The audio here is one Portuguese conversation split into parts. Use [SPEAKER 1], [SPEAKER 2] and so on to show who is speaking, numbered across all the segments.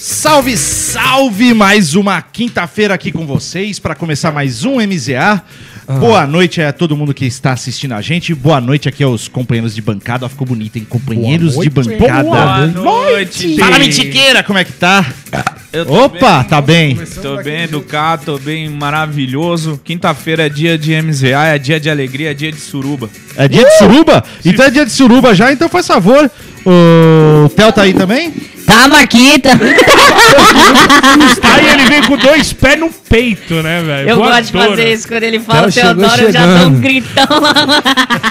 [SPEAKER 1] Salve, salve! Mais uma quinta-feira aqui com vocês para começar mais um MZA.
[SPEAKER 2] Ah.
[SPEAKER 1] Boa noite a todo mundo que está assistindo a gente. Boa noite aqui aos companheiros de bancada. Ó, ficou bonito, hein? Companheiros de bancada.
[SPEAKER 2] Boa noite.
[SPEAKER 1] Fala, mentiqueira, como é que tá?
[SPEAKER 2] Eu tô
[SPEAKER 1] Opa, tá bem?
[SPEAKER 2] bem, tô bem educado, tô bem maravilhoso. Quinta-feira é dia de MZA, é dia de alegria, é dia de suruba.
[SPEAKER 1] É dia
[SPEAKER 2] Uh!
[SPEAKER 1] de suruba? Então é dia de suruba já, então faz favor. O Theo tá aí também?
[SPEAKER 3] Tava aqui, tá...
[SPEAKER 4] Aí ele vem com dois pés no peito, né, velho?
[SPEAKER 3] eu
[SPEAKER 4] Voadora.
[SPEAKER 3] gosto de fazer isso quando ele fala
[SPEAKER 5] Então chegou
[SPEAKER 3] Teodoro, eu já dou um
[SPEAKER 5] chegando.
[SPEAKER 3] gritão lá.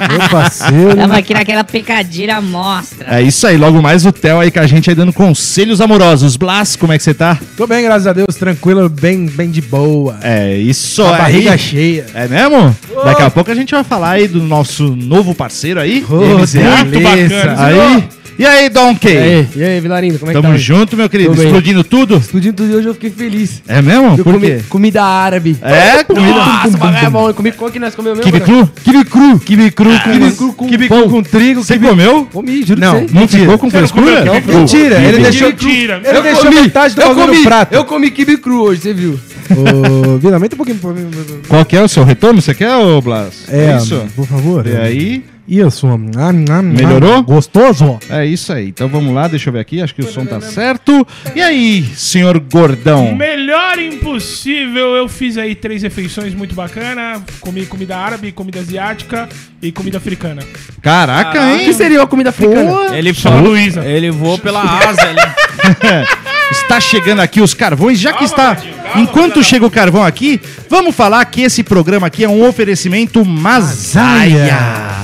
[SPEAKER 5] Meu parceiro.
[SPEAKER 3] Tava aqui naquela picadilha mostra.
[SPEAKER 1] É isso aí, logo mais o Theo aí com a gente aí dando conselhos amorosos. Blas, como é que você tá?
[SPEAKER 5] Tô bem, graças a Deus, tranquilo, bem, bem de boa.
[SPEAKER 1] É isso
[SPEAKER 5] Com a
[SPEAKER 1] aí.
[SPEAKER 5] barriga cheia.
[SPEAKER 1] É mesmo? Daqui a pouco a gente vai falar aí do nosso novo parceiro aí,
[SPEAKER 5] Ô,
[SPEAKER 1] MZA.
[SPEAKER 5] beleza.
[SPEAKER 1] Aí. E aí,
[SPEAKER 5] E
[SPEAKER 1] Donkey?
[SPEAKER 5] aí, e aí, Vilarino, como é
[SPEAKER 1] Tamo
[SPEAKER 5] que tá?
[SPEAKER 1] junto, meu querido.
[SPEAKER 5] Tô bem.
[SPEAKER 1] Explodindo tudo?
[SPEAKER 5] Explodindo tudo e hoje eu fiquei feliz.
[SPEAKER 1] É mesmo?
[SPEAKER 5] Eu
[SPEAKER 1] Por
[SPEAKER 5] comi
[SPEAKER 1] quê?
[SPEAKER 5] comida árabe.
[SPEAKER 1] É, comida.
[SPEAKER 5] Nossa, mas é bom. Eu comi qual que nós comemos mesmo?
[SPEAKER 1] Kibe
[SPEAKER 5] né?
[SPEAKER 1] cru? Kibe cru. Kibe cru com,
[SPEAKER 5] Kibe cru com
[SPEAKER 1] kibe
[SPEAKER 5] pão.
[SPEAKER 1] cru com trigo. Você comeu?
[SPEAKER 5] Comi, juro
[SPEAKER 1] Não,
[SPEAKER 5] pra você.
[SPEAKER 1] não ficou com frescura?
[SPEAKER 5] Não, mentira. Ele deixou
[SPEAKER 4] Mentira.
[SPEAKER 5] Ele deixou metade do
[SPEAKER 1] eu
[SPEAKER 5] bagulho
[SPEAKER 1] comi,
[SPEAKER 5] no prato. Eu comi kibe cru hoje, você viu? Ô, Vila, aumenta um pouquinho pra mim.
[SPEAKER 1] Qual que é o seu retorno? Você quer, ô Blas?
[SPEAKER 5] É,
[SPEAKER 1] É isso?
[SPEAKER 5] por favor.
[SPEAKER 1] E Ah, aí?
[SPEAKER 5] Isso.
[SPEAKER 1] Melhorou?
[SPEAKER 5] Gostoso?
[SPEAKER 1] É isso aí. Então vamos lá, deixa eu ver aqui. Acho que o som tá certo. E aí, senhor gordão?
[SPEAKER 4] Melhor impossível, eu fiz aí três refeições muito bacana. Comi comida árabe, comida asiática e comida africana.
[SPEAKER 1] Caraca,
[SPEAKER 5] O que
[SPEAKER 1] hein? é,
[SPEAKER 5] seria uma comida africana?
[SPEAKER 2] Ele
[SPEAKER 4] São
[SPEAKER 2] falou,
[SPEAKER 4] Luísa.
[SPEAKER 2] ele voou pela asa ali.
[SPEAKER 1] Está chegando aqui os carvões, já que está.
[SPEAKER 4] Valentim,
[SPEAKER 1] Enquanto chega o carvão aqui, vamos falar que esse programa aqui é um oferecimento Mazaia.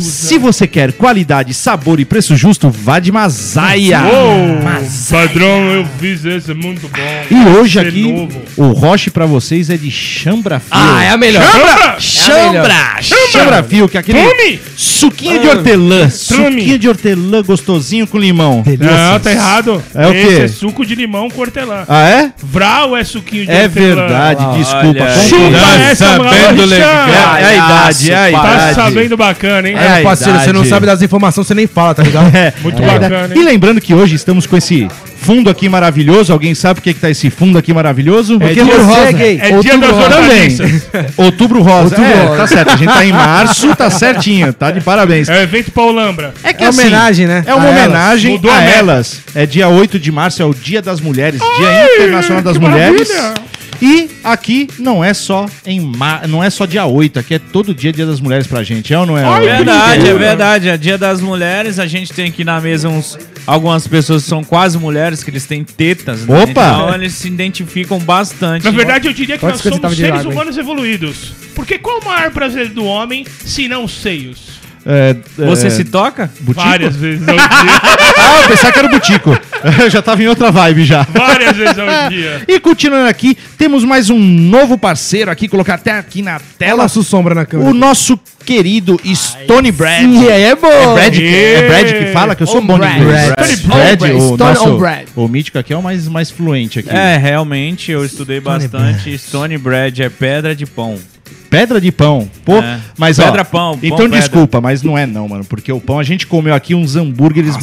[SPEAKER 1] Se você quer qualidade, sabor e preço justo, vá de Mazaia.
[SPEAKER 4] padrão, eu fiz esse muito bom.
[SPEAKER 1] E hoje
[SPEAKER 4] De
[SPEAKER 1] aqui,
[SPEAKER 4] novo.
[SPEAKER 1] o roche pra vocês é de chambra fio.
[SPEAKER 5] Ah, é a melhor.
[SPEAKER 4] Chama!
[SPEAKER 1] Chambra! Chambra fio, que é aquele
[SPEAKER 4] Tome!
[SPEAKER 1] suquinho de hortelã. Suquinho de hortelã gostosinho com limão.
[SPEAKER 4] Não, tá errado.
[SPEAKER 1] É o
[SPEAKER 4] Esse
[SPEAKER 1] quê?
[SPEAKER 4] é suco de limão com hortelã.
[SPEAKER 1] Ah, é?
[SPEAKER 4] Vral é suquinho de
[SPEAKER 1] É
[SPEAKER 4] hortelã.
[SPEAKER 1] verdade, desculpa.
[SPEAKER 2] olha
[SPEAKER 1] concordância.
[SPEAKER 2] aí.
[SPEAKER 4] Chupa essa,
[SPEAKER 6] sabendo
[SPEAKER 4] Mauro
[SPEAKER 6] legal.
[SPEAKER 4] Richard.
[SPEAKER 1] É, é a idade, é a
[SPEAKER 4] Tá
[SPEAKER 1] idade.
[SPEAKER 4] sabendo bacana, hein?
[SPEAKER 1] É,
[SPEAKER 5] É, parceiro, você não
[SPEAKER 1] idade.
[SPEAKER 5] sabe das informações, você nem fala, tá ligado?
[SPEAKER 1] É.
[SPEAKER 4] Muito
[SPEAKER 1] É.
[SPEAKER 4] bacana,
[SPEAKER 1] E
[SPEAKER 4] hein?
[SPEAKER 1] lembrando que hoje estamos com esse fundo aqui maravilhoso. Alguém sabe o que, que tá esse fundo aqui maravilhoso? É
[SPEAKER 5] dia rosa.
[SPEAKER 4] É dia
[SPEAKER 1] Também.
[SPEAKER 4] das hortaliças.
[SPEAKER 1] Outubro rosa.
[SPEAKER 5] Outubro
[SPEAKER 1] é,
[SPEAKER 5] rosa.
[SPEAKER 1] tá certo. A gente tá em março, tá certinho. Tá de parabéns.
[SPEAKER 4] É o evento Paulambra.
[SPEAKER 1] É que
[SPEAKER 5] É homenagem, né?
[SPEAKER 1] É uma
[SPEAKER 5] A elas.
[SPEAKER 1] homenagem
[SPEAKER 4] Mudou a
[SPEAKER 1] a
[SPEAKER 4] meta.
[SPEAKER 1] elas. É dia 8 de março, é o Dia das Mulheres, Dia Internacional das
[SPEAKER 4] que
[SPEAKER 1] Mulheres.
[SPEAKER 4] maravilha.
[SPEAKER 1] E aqui não é só em ma... não é só dia 8, aqui é todo dia Dia das Mulheres pra gente, é ou não é?
[SPEAKER 4] Olha,
[SPEAKER 2] É
[SPEAKER 1] Laura?
[SPEAKER 2] verdade, é verdade. É dia das mulheres, a gente tem aqui na mesa uns, algumas pessoas que são quase mulheres, que eles têm tetas, né?
[SPEAKER 1] Opa!
[SPEAKER 2] Então eles se identificam bastante.
[SPEAKER 4] Na verdade, eu diria que
[SPEAKER 5] Quantas
[SPEAKER 4] nós
[SPEAKER 5] coisas tava
[SPEAKER 4] somos
[SPEAKER 5] de
[SPEAKER 4] seres
[SPEAKER 5] água, hein?
[SPEAKER 4] humanos evoluídos. Porque qual o maior prazer do homem se não seios?
[SPEAKER 1] É, é,
[SPEAKER 2] Você se toca?
[SPEAKER 1] butico?
[SPEAKER 4] Várias vezes ao dia.
[SPEAKER 1] Ah, eu pensava que era o Butico. Eu já tava em outra vibe já.
[SPEAKER 4] Várias vezes ao dia.
[SPEAKER 1] E continuando aqui, temos mais um novo parceiro aqui, colocar até aqui na
[SPEAKER 5] É
[SPEAKER 1] tela,
[SPEAKER 5] nosso sombra na
[SPEAKER 1] o
[SPEAKER 5] câmera.
[SPEAKER 1] nosso querido Stone Brad.
[SPEAKER 5] é bom.
[SPEAKER 1] É Brad, que, é Brad que fala que eu sou
[SPEAKER 3] On
[SPEAKER 1] bom de
[SPEAKER 3] Brad.
[SPEAKER 1] inglês.
[SPEAKER 5] Brad.
[SPEAKER 1] Brad,
[SPEAKER 5] Brad.
[SPEAKER 1] o,
[SPEAKER 5] Stone on
[SPEAKER 1] nosso,
[SPEAKER 5] Brad.
[SPEAKER 1] o mítico aqui é o mais, mais fluente aqui.
[SPEAKER 2] É, realmente, eu estudei bastante. Stone bread é pedra de pão.
[SPEAKER 1] Pedra de pão. Pô,
[SPEAKER 2] É.
[SPEAKER 1] mas
[SPEAKER 2] Pedra
[SPEAKER 1] ó,
[SPEAKER 2] pão, pão
[SPEAKER 1] Então
[SPEAKER 2] pedra.
[SPEAKER 1] desculpa, mas não é não, mano. Porque o pão, a gente comeu aqui uns hambúrgueres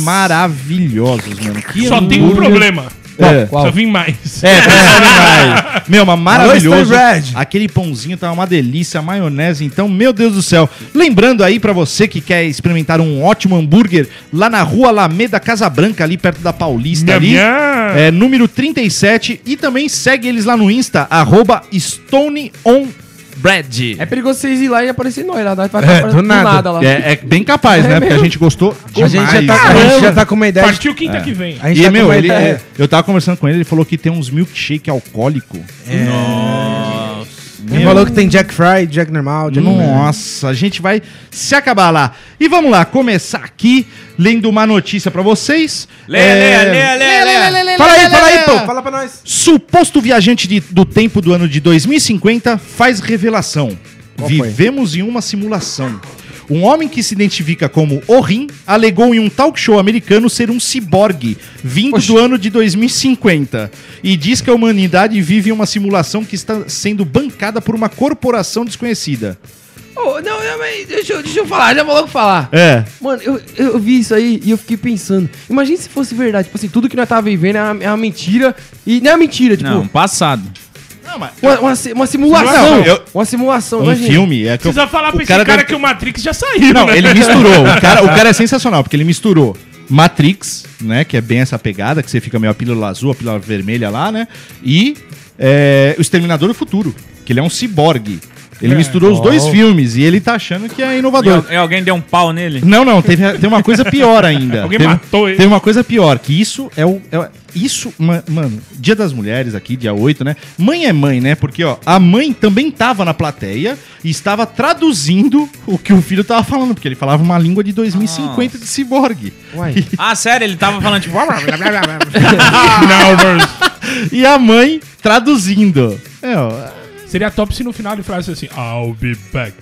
[SPEAKER 1] maravilhosos, mano. Que
[SPEAKER 4] Só tem um
[SPEAKER 1] hambúrguer-
[SPEAKER 4] problema.
[SPEAKER 1] É.
[SPEAKER 4] Só vim mais.
[SPEAKER 1] É, vai. Meu, mas
[SPEAKER 5] Alô,
[SPEAKER 1] maravilhoso.
[SPEAKER 5] Stone Bread.
[SPEAKER 1] Aquele pãozinho tá uma delícia, a maionese, então, meu Deus do céu. Lembrando aí pra você que quer experimentar um ótimo hambúrguer, lá na rua Alameda Casa Branca, ali perto da Paulista,
[SPEAKER 4] Nham,
[SPEAKER 1] ali.
[SPEAKER 4] nham.
[SPEAKER 1] É, número 37. E também segue eles lá no Insta, arroba StoneOnBread.
[SPEAKER 7] É perigoso vocês ir lá e aparecer nós lá. Vai
[SPEAKER 5] É,
[SPEAKER 7] ficar
[SPEAKER 5] do
[SPEAKER 7] do
[SPEAKER 5] nada.
[SPEAKER 7] nada, lá.
[SPEAKER 1] É, é bem capaz, né? Porque a gente gostou
[SPEAKER 5] A
[SPEAKER 1] demais.
[SPEAKER 5] gente, já tá, a gente já tá com uma ideia. de-
[SPEAKER 4] Partiu quinta que vem.
[SPEAKER 5] A gente
[SPEAKER 1] E,
[SPEAKER 5] tá com
[SPEAKER 1] meu,
[SPEAKER 5] uma
[SPEAKER 1] ele, é,
[SPEAKER 5] ideia.
[SPEAKER 1] eu tava conversando com ele, ele falou que tem uns milkshake alcoólico.
[SPEAKER 5] Ele falou que tem Jack Fry, Jack normal, Jack
[SPEAKER 1] Nossa, a gente vai se acabar lá. E vamos lá, começar aqui lendo uma notícia pra vocês. É,
[SPEAKER 2] Leia, leia, leia, leia,
[SPEAKER 4] É, né?
[SPEAKER 2] leia.
[SPEAKER 1] Fala aí,
[SPEAKER 7] É.
[SPEAKER 1] fala aí, pô.
[SPEAKER 5] Fala pra nós.
[SPEAKER 1] Suposto viajante de- do tempo do ano de 2050 faz revelação. Vivemos em uma simulação. Um homem que se identifica como Orin alegou em um talk show americano ser um ciborgue vindo do ano de 2050 e diz que a humanidade vive em uma simulação que está sendo bancada por uma corporação desconhecida.
[SPEAKER 7] Pô, não, não, mas deixa, eu- deixa eu falar, já vou logo falar.
[SPEAKER 1] É.
[SPEAKER 7] Mano, eu, eu vi isso aí e eu fiquei pensando. Imagina se fosse verdade. Tipo assim, tudo que nós tava vivendo é uma, é uma mentira. E não é uma mentira, tipo,
[SPEAKER 2] Não, passado.
[SPEAKER 1] Não, mas.
[SPEAKER 7] uma, uma si- uma simulação.
[SPEAKER 1] Não, eu-
[SPEAKER 7] uma simulação, né,
[SPEAKER 1] Um
[SPEAKER 7] imagina.
[SPEAKER 1] filme é que eu-
[SPEAKER 4] Precisa falar pra
[SPEAKER 1] o
[SPEAKER 4] esse cara,
[SPEAKER 1] deve-
[SPEAKER 4] que o Matrix já saiu,
[SPEAKER 1] Não,
[SPEAKER 4] né?
[SPEAKER 1] ele misturou. O cara, o cara é sensacional, porque ele misturou Matrix, né? Que é bem essa pegada, que você fica meio a pílula azul, a pílula vermelha lá, né? E é, o Exterminador do Futuro, que ele é um ciborgue. Ele
[SPEAKER 4] É,
[SPEAKER 1] misturou os dois filmes e ele tá achando que é
[SPEAKER 2] E,
[SPEAKER 1] inovador.
[SPEAKER 2] al- e alguém deu um pau nele?
[SPEAKER 1] Não, não, teve, tem uma coisa pior ainda.
[SPEAKER 4] Alguém
[SPEAKER 1] Teve-
[SPEAKER 4] matou ele.
[SPEAKER 1] Tem uma coisa pior, que isso é o. é o- isso, ma- mano, Dia das Mulheres aqui, dia 8, né? Mãe é mãe, né? Porque, ó, a mãe também tava na plateia e estava traduzindo o que o filho tava falando, porque ele falava uma língua de 2050 de ciborgue.
[SPEAKER 7] Uai.
[SPEAKER 2] Ah, sério, ele tava falando tipo.
[SPEAKER 4] Não, mano.
[SPEAKER 1] E a mãe traduzindo. É, ó.
[SPEAKER 4] Seria top se no final ele falasse assim, I'll be back.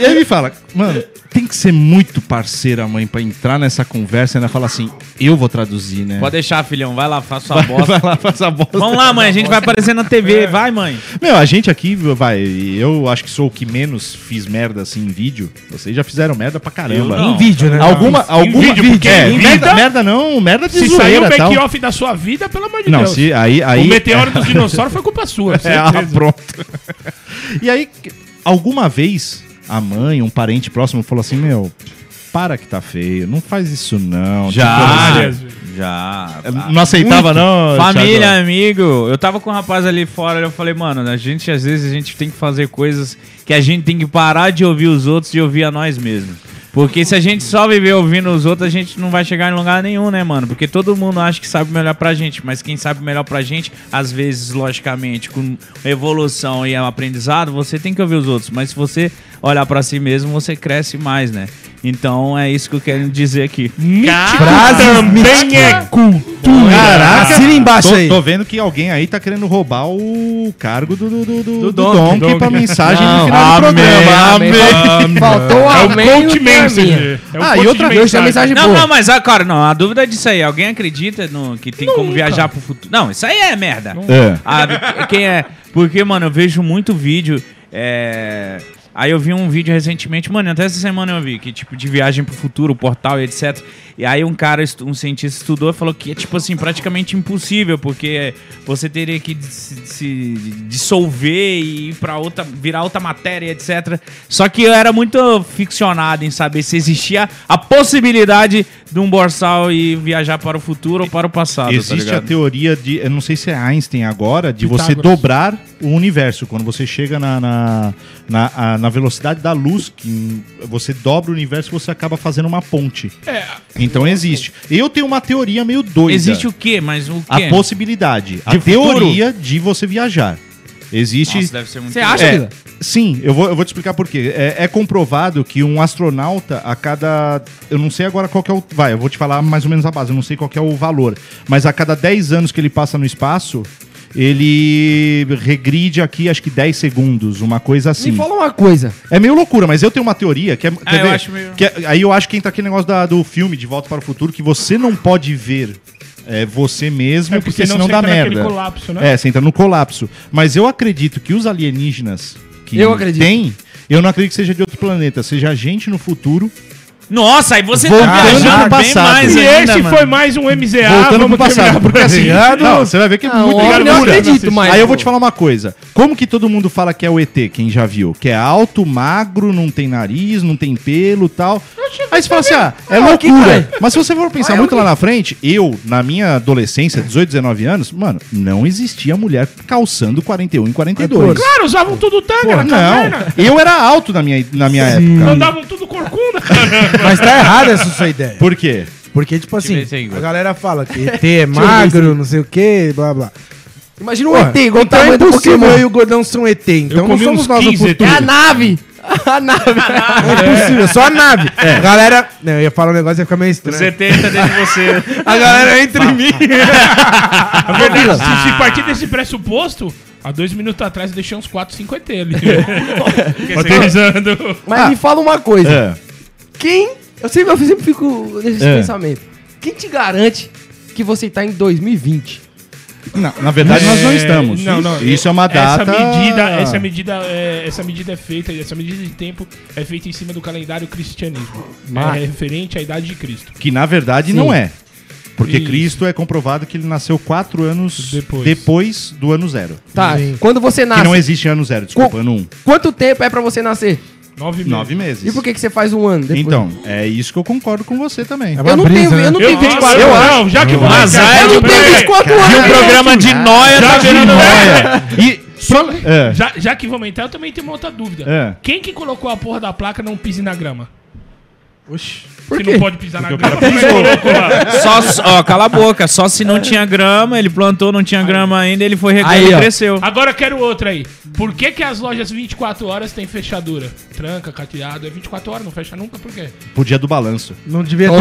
[SPEAKER 1] E aí ele fala, mano, tem que ser muito parceira a mãe pra entrar nessa conversa e ainda falar assim, eu vou traduzir, né?
[SPEAKER 2] Pode deixar, filhão, vai lá, faça sua bosta.
[SPEAKER 1] Vai lá, faz a bosta.
[SPEAKER 2] Vamos lá, mãe, a gente vai aparecer na TV, vai, mãe.
[SPEAKER 1] Meu, a gente aqui, vai, eu acho que sou o que menos fiz merda assim em vídeo. Vocês já fizeram merda pra caramba.
[SPEAKER 2] Eu não.
[SPEAKER 1] Em vídeo, né? Alguma, alguma
[SPEAKER 4] vídeo, porque
[SPEAKER 1] é,
[SPEAKER 4] em
[SPEAKER 1] merda,
[SPEAKER 4] vida-
[SPEAKER 1] merda não, merda de
[SPEAKER 4] Se sair um o
[SPEAKER 1] zoeira tal.
[SPEAKER 4] make-off da sua vida, pelo amor de
[SPEAKER 1] Não,
[SPEAKER 4] Deus.
[SPEAKER 1] se aí aí
[SPEAKER 4] O meteoro dos dinossauros foi culpa sua,
[SPEAKER 1] é,
[SPEAKER 4] certeza.
[SPEAKER 1] ah, pronto. e aí alguma vez a mãe, um parente próximo falou assim: "Meu, para que tá feio, não faz isso não". Ah,
[SPEAKER 2] Já,
[SPEAKER 4] Várias vezes.
[SPEAKER 2] já.
[SPEAKER 4] Ah,
[SPEAKER 1] Tipo, não aceitava não.
[SPEAKER 2] Família,
[SPEAKER 1] Thiago?
[SPEAKER 2] amigo. Eu tava com um rapaz ali fora, eu falei, mano, a gente às vezes a gente tem que fazer coisas que a gente tem que parar de ouvir os outros e ouvir a nós mesmos. Porque se a gente só viver ouvindo os outros, a gente não vai chegar em lugar nenhum, né, mano? Porque todo mundo acha que sabe melhor pra gente, mas quem sabe melhor pra gente, às vezes, logicamente, com evolução e aprendizado, você tem que ouvir os outros. Mas se você olhar pra si mesmo, você cresce mais, né? Então é isso que eu quero dizer aqui.
[SPEAKER 4] Também é cultura.
[SPEAKER 1] Caraca,
[SPEAKER 5] Assina embaixo
[SPEAKER 1] tô,
[SPEAKER 5] aí.
[SPEAKER 1] tô vendo que alguém aí tá querendo roubar o cargo do, do, do, do, do
[SPEAKER 2] Donkey.
[SPEAKER 1] Donkey
[SPEAKER 4] Donkey.
[SPEAKER 1] pra mensagem no
[SPEAKER 5] Não.
[SPEAKER 1] final do
[SPEAKER 5] Amém,
[SPEAKER 1] programa.
[SPEAKER 5] amém. Ah,
[SPEAKER 7] Faltou
[SPEAKER 4] É o
[SPEAKER 7] amém e
[SPEAKER 4] coach
[SPEAKER 7] o terminha.
[SPEAKER 4] message. É o
[SPEAKER 7] Ah,
[SPEAKER 4] coach
[SPEAKER 7] e outra
[SPEAKER 4] de
[SPEAKER 7] vez, tem a
[SPEAKER 4] mensagem.
[SPEAKER 7] mensagem
[SPEAKER 2] Não,
[SPEAKER 7] boa.
[SPEAKER 2] não, mas ah, cara, não. A dúvida é disso aí. Alguém acredita no, que tem como viajar pro futuro? Não, isso aí é merda.
[SPEAKER 1] É.
[SPEAKER 2] Ah, quem é? Porque, mano, eu vejo muito vídeo. é, Aí eu vi um vídeo recentemente, mano, até essa semana eu vi, que tipo, de viagem pro futuro, portal e etc. E aí um cara, estu- um cientista estudou e falou que é, tipo assim, praticamente impossível, porque você teria que se, se dissolver e ir pra outra, virar outra matéria, etc. Só que eu era muito ficcionado em saber se existia a possibilidade de um borsal e viajar para o futuro ou para o passado, tá
[SPEAKER 1] Existe
[SPEAKER 2] ligado?
[SPEAKER 1] a teoria de, eu não sei se é Einstein agora, de você
[SPEAKER 4] Pitágoras.
[SPEAKER 1] dobrar o universo. Quando você chega na, na, na, a- na velocidade da luz, que você dobra o universo, você acaba fazendo uma ponte. Então existe. Eu tenho uma teoria meio doida.
[SPEAKER 2] Existe o quê? Mas o
[SPEAKER 1] a
[SPEAKER 2] quê?
[SPEAKER 1] possibilidade, a
[SPEAKER 2] De futuro?
[SPEAKER 1] teoria de você viajar. Existe
[SPEAKER 2] Nossa, deve ser muito
[SPEAKER 7] Você acha,
[SPEAKER 1] É.
[SPEAKER 7] Vila?
[SPEAKER 1] Sim, eu vou, eu vou te explicar por quê. É, é comprovado que um astronauta, a cada. Eu não sei agora qual que é o. Vai, eu vou te falar mais ou menos a base, eu não sei qual que é o valor. Mas a cada 10 anos que ele passa no espaço, ele regride aqui, acho que 10 segundos, uma coisa assim.
[SPEAKER 7] Me fala uma coisa.
[SPEAKER 1] É meio loucura, mas eu tenho uma teoria que é. quer
[SPEAKER 2] eu
[SPEAKER 1] ver?
[SPEAKER 2] acho meio-
[SPEAKER 1] Que é- aí eu acho que entra aquele negócio da- do filme De Volta para o Futuro, que você não pode ver é, você mesmo,
[SPEAKER 4] É
[SPEAKER 1] porque, senão
[SPEAKER 4] você
[SPEAKER 1] dá
[SPEAKER 4] entra naquele
[SPEAKER 1] merda.
[SPEAKER 4] colapso, né?
[SPEAKER 1] É, você entra no colapso. Mas eu acredito que os alienígenas que
[SPEAKER 7] Eu acredito.
[SPEAKER 1] tem, eu não acredito que seja de outro planeta, seja gente no futuro.
[SPEAKER 2] Nossa, aí você tá
[SPEAKER 1] Voltando
[SPEAKER 2] viajando
[SPEAKER 1] pro
[SPEAKER 2] bem
[SPEAKER 1] passado.
[SPEAKER 2] mais
[SPEAKER 4] E
[SPEAKER 2] ainda,
[SPEAKER 4] esse
[SPEAKER 2] mano.
[SPEAKER 4] foi mais um MZA.
[SPEAKER 1] voltando pro
[SPEAKER 4] vamos
[SPEAKER 1] passado.
[SPEAKER 4] terminar por
[SPEAKER 1] Porque assim,
[SPEAKER 4] aí.
[SPEAKER 1] não, você vai ver que é muito
[SPEAKER 7] óbvio,
[SPEAKER 1] ligado
[SPEAKER 7] eu
[SPEAKER 1] pura.
[SPEAKER 7] acredito, mas-
[SPEAKER 1] Aí eu vou te falar uma coisa. Como que todo mundo fala que é o ET, quem já viu? Que é alto, magro, não tem nariz, não tem pelo tal. Aí você fala assim, ah, é
[SPEAKER 7] aqui,
[SPEAKER 1] loucura.
[SPEAKER 7] cara.
[SPEAKER 1] Mas se você for pensar muito lá na frente, eu, na minha adolescência, 18, 19 anos, mano, não existia mulher calçando 41 e 42.
[SPEAKER 4] Claro, usavam tudo
[SPEAKER 1] Porra,
[SPEAKER 4] tanga,
[SPEAKER 1] não.
[SPEAKER 4] caverna.
[SPEAKER 1] Eu era alto na minha, na minha época.
[SPEAKER 4] Mandavam tudo corcunda, cara.
[SPEAKER 5] Mas tá errada essa sua ideia.
[SPEAKER 1] Por quê?
[SPEAKER 5] Porque, tipo
[SPEAKER 2] eu ver
[SPEAKER 5] assim,
[SPEAKER 2] isso aí,
[SPEAKER 5] a
[SPEAKER 2] Igor.
[SPEAKER 5] galera fala que ET é magro, não sei o que, blá blá.
[SPEAKER 7] Imagina um
[SPEAKER 5] Porra,
[SPEAKER 7] ET igual o
[SPEAKER 5] então é
[SPEAKER 7] tamanho do
[SPEAKER 5] impossível
[SPEAKER 7] Pokémon.
[SPEAKER 5] eu e o Gordão ser um ET, então não
[SPEAKER 4] comi
[SPEAKER 5] somos
[SPEAKER 4] uns
[SPEAKER 5] nós no
[SPEAKER 4] 15
[SPEAKER 5] futuro.
[SPEAKER 7] É a nave. A nave.
[SPEAKER 5] É impossível, é só a nave. A galera... Não, eu ia falar um negócio e ia ficar meio estranho.
[SPEAKER 2] Você tenta dentro de você.
[SPEAKER 5] A galera entra em mim.
[SPEAKER 4] Na verdade,
[SPEAKER 1] Ah.
[SPEAKER 4] se, se partir desse pressuposto, há dois minutos atrás eu deixei uns 4, 5 ET ali. Roteirizando.
[SPEAKER 7] Mas
[SPEAKER 1] Ah.
[SPEAKER 7] me fala uma coisa.
[SPEAKER 1] É.
[SPEAKER 7] Quem. Eu sempre, eu sempre fico nesse
[SPEAKER 1] É.
[SPEAKER 7] pensamento. Quem te garante que você tá em 2020?
[SPEAKER 1] Na, na verdade, nós não
[SPEAKER 4] É,
[SPEAKER 1] estamos.
[SPEAKER 4] não, não.
[SPEAKER 1] Isso é uma data.
[SPEAKER 4] Essa medida, essa medida, é, essa medida é feita, essa medida de tempo é feita em cima do calendário cristianismo. É referente à idade de Cristo.
[SPEAKER 1] Que na verdade não é. Porque
[SPEAKER 4] Isso.
[SPEAKER 1] Cristo é comprovado que ele nasceu quatro anos
[SPEAKER 4] Depois.
[SPEAKER 1] depois, do ano zero.
[SPEAKER 7] Tá, quando você
[SPEAKER 1] Que não
[SPEAKER 7] nasce,
[SPEAKER 1] existe ano zero, desculpa, ano um.
[SPEAKER 7] quanto tempo é pra você nascer?
[SPEAKER 4] Nove meses.
[SPEAKER 1] Nove meses.
[SPEAKER 7] E por que, que você faz um ano depois?
[SPEAKER 1] Então, é isso que eu concordo com você também.
[SPEAKER 5] É uma
[SPEAKER 7] Eu não
[SPEAKER 5] brisa,
[SPEAKER 7] tenho,
[SPEAKER 5] né?
[SPEAKER 7] eu não
[SPEAKER 4] Eu
[SPEAKER 7] tenho 24
[SPEAKER 4] eu,
[SPEAKER 7] anos.
[SPEAKER 4] não, já que o
[SPEAKER 2] Azar
[SPEAKER 1] é
[SPEAKER 4] um
[SPEAKER 7] Eu não tenho 24
[SPEAKER 1] um
[SPEAKER 2] E o
[SPEAKER 7] anos.
[SPEAKER 2] programa de Noia tá virando.
[SPEAKER 1] Olha, e só... É.
[SPEAKER 4] Já, já que vamos entrar, eu também tenho uma outra dúvida.
[SPEAKER 1] É.
[SPEAKER 4] Quem que colocou a porra da placa não pise na grama?
[SPEAKER 7] Por
[SPEAKER 4] Se
[SPEAKER 7] quê?
[SPEAKER 4] não pode pisar na
[SPEAKER 1] Porque o
[SPEAKER 4] grama.
[SPEAKER 1] cara pisou.
[SPEAKER 2] Só, ó, cala a boca. Só se não tinha grama, ele plantou, não tinha grama ainda, ele foi regando
[SPEAKER 7] Aí,
[SPEAKER 2] e
[SPEAKER 7] ó.
[SPEAKER 2] cresceu.
[SPEAKER 4] Agora eu quero outra aí. Por que, que as lojas 24 horas têm fechadura? Tranca, cateado, é 24 horas, não fecha nunca, por quê?
[SPEAKER 1] Pro dia do balanço.
[SPEAKER 5] Não devia ter.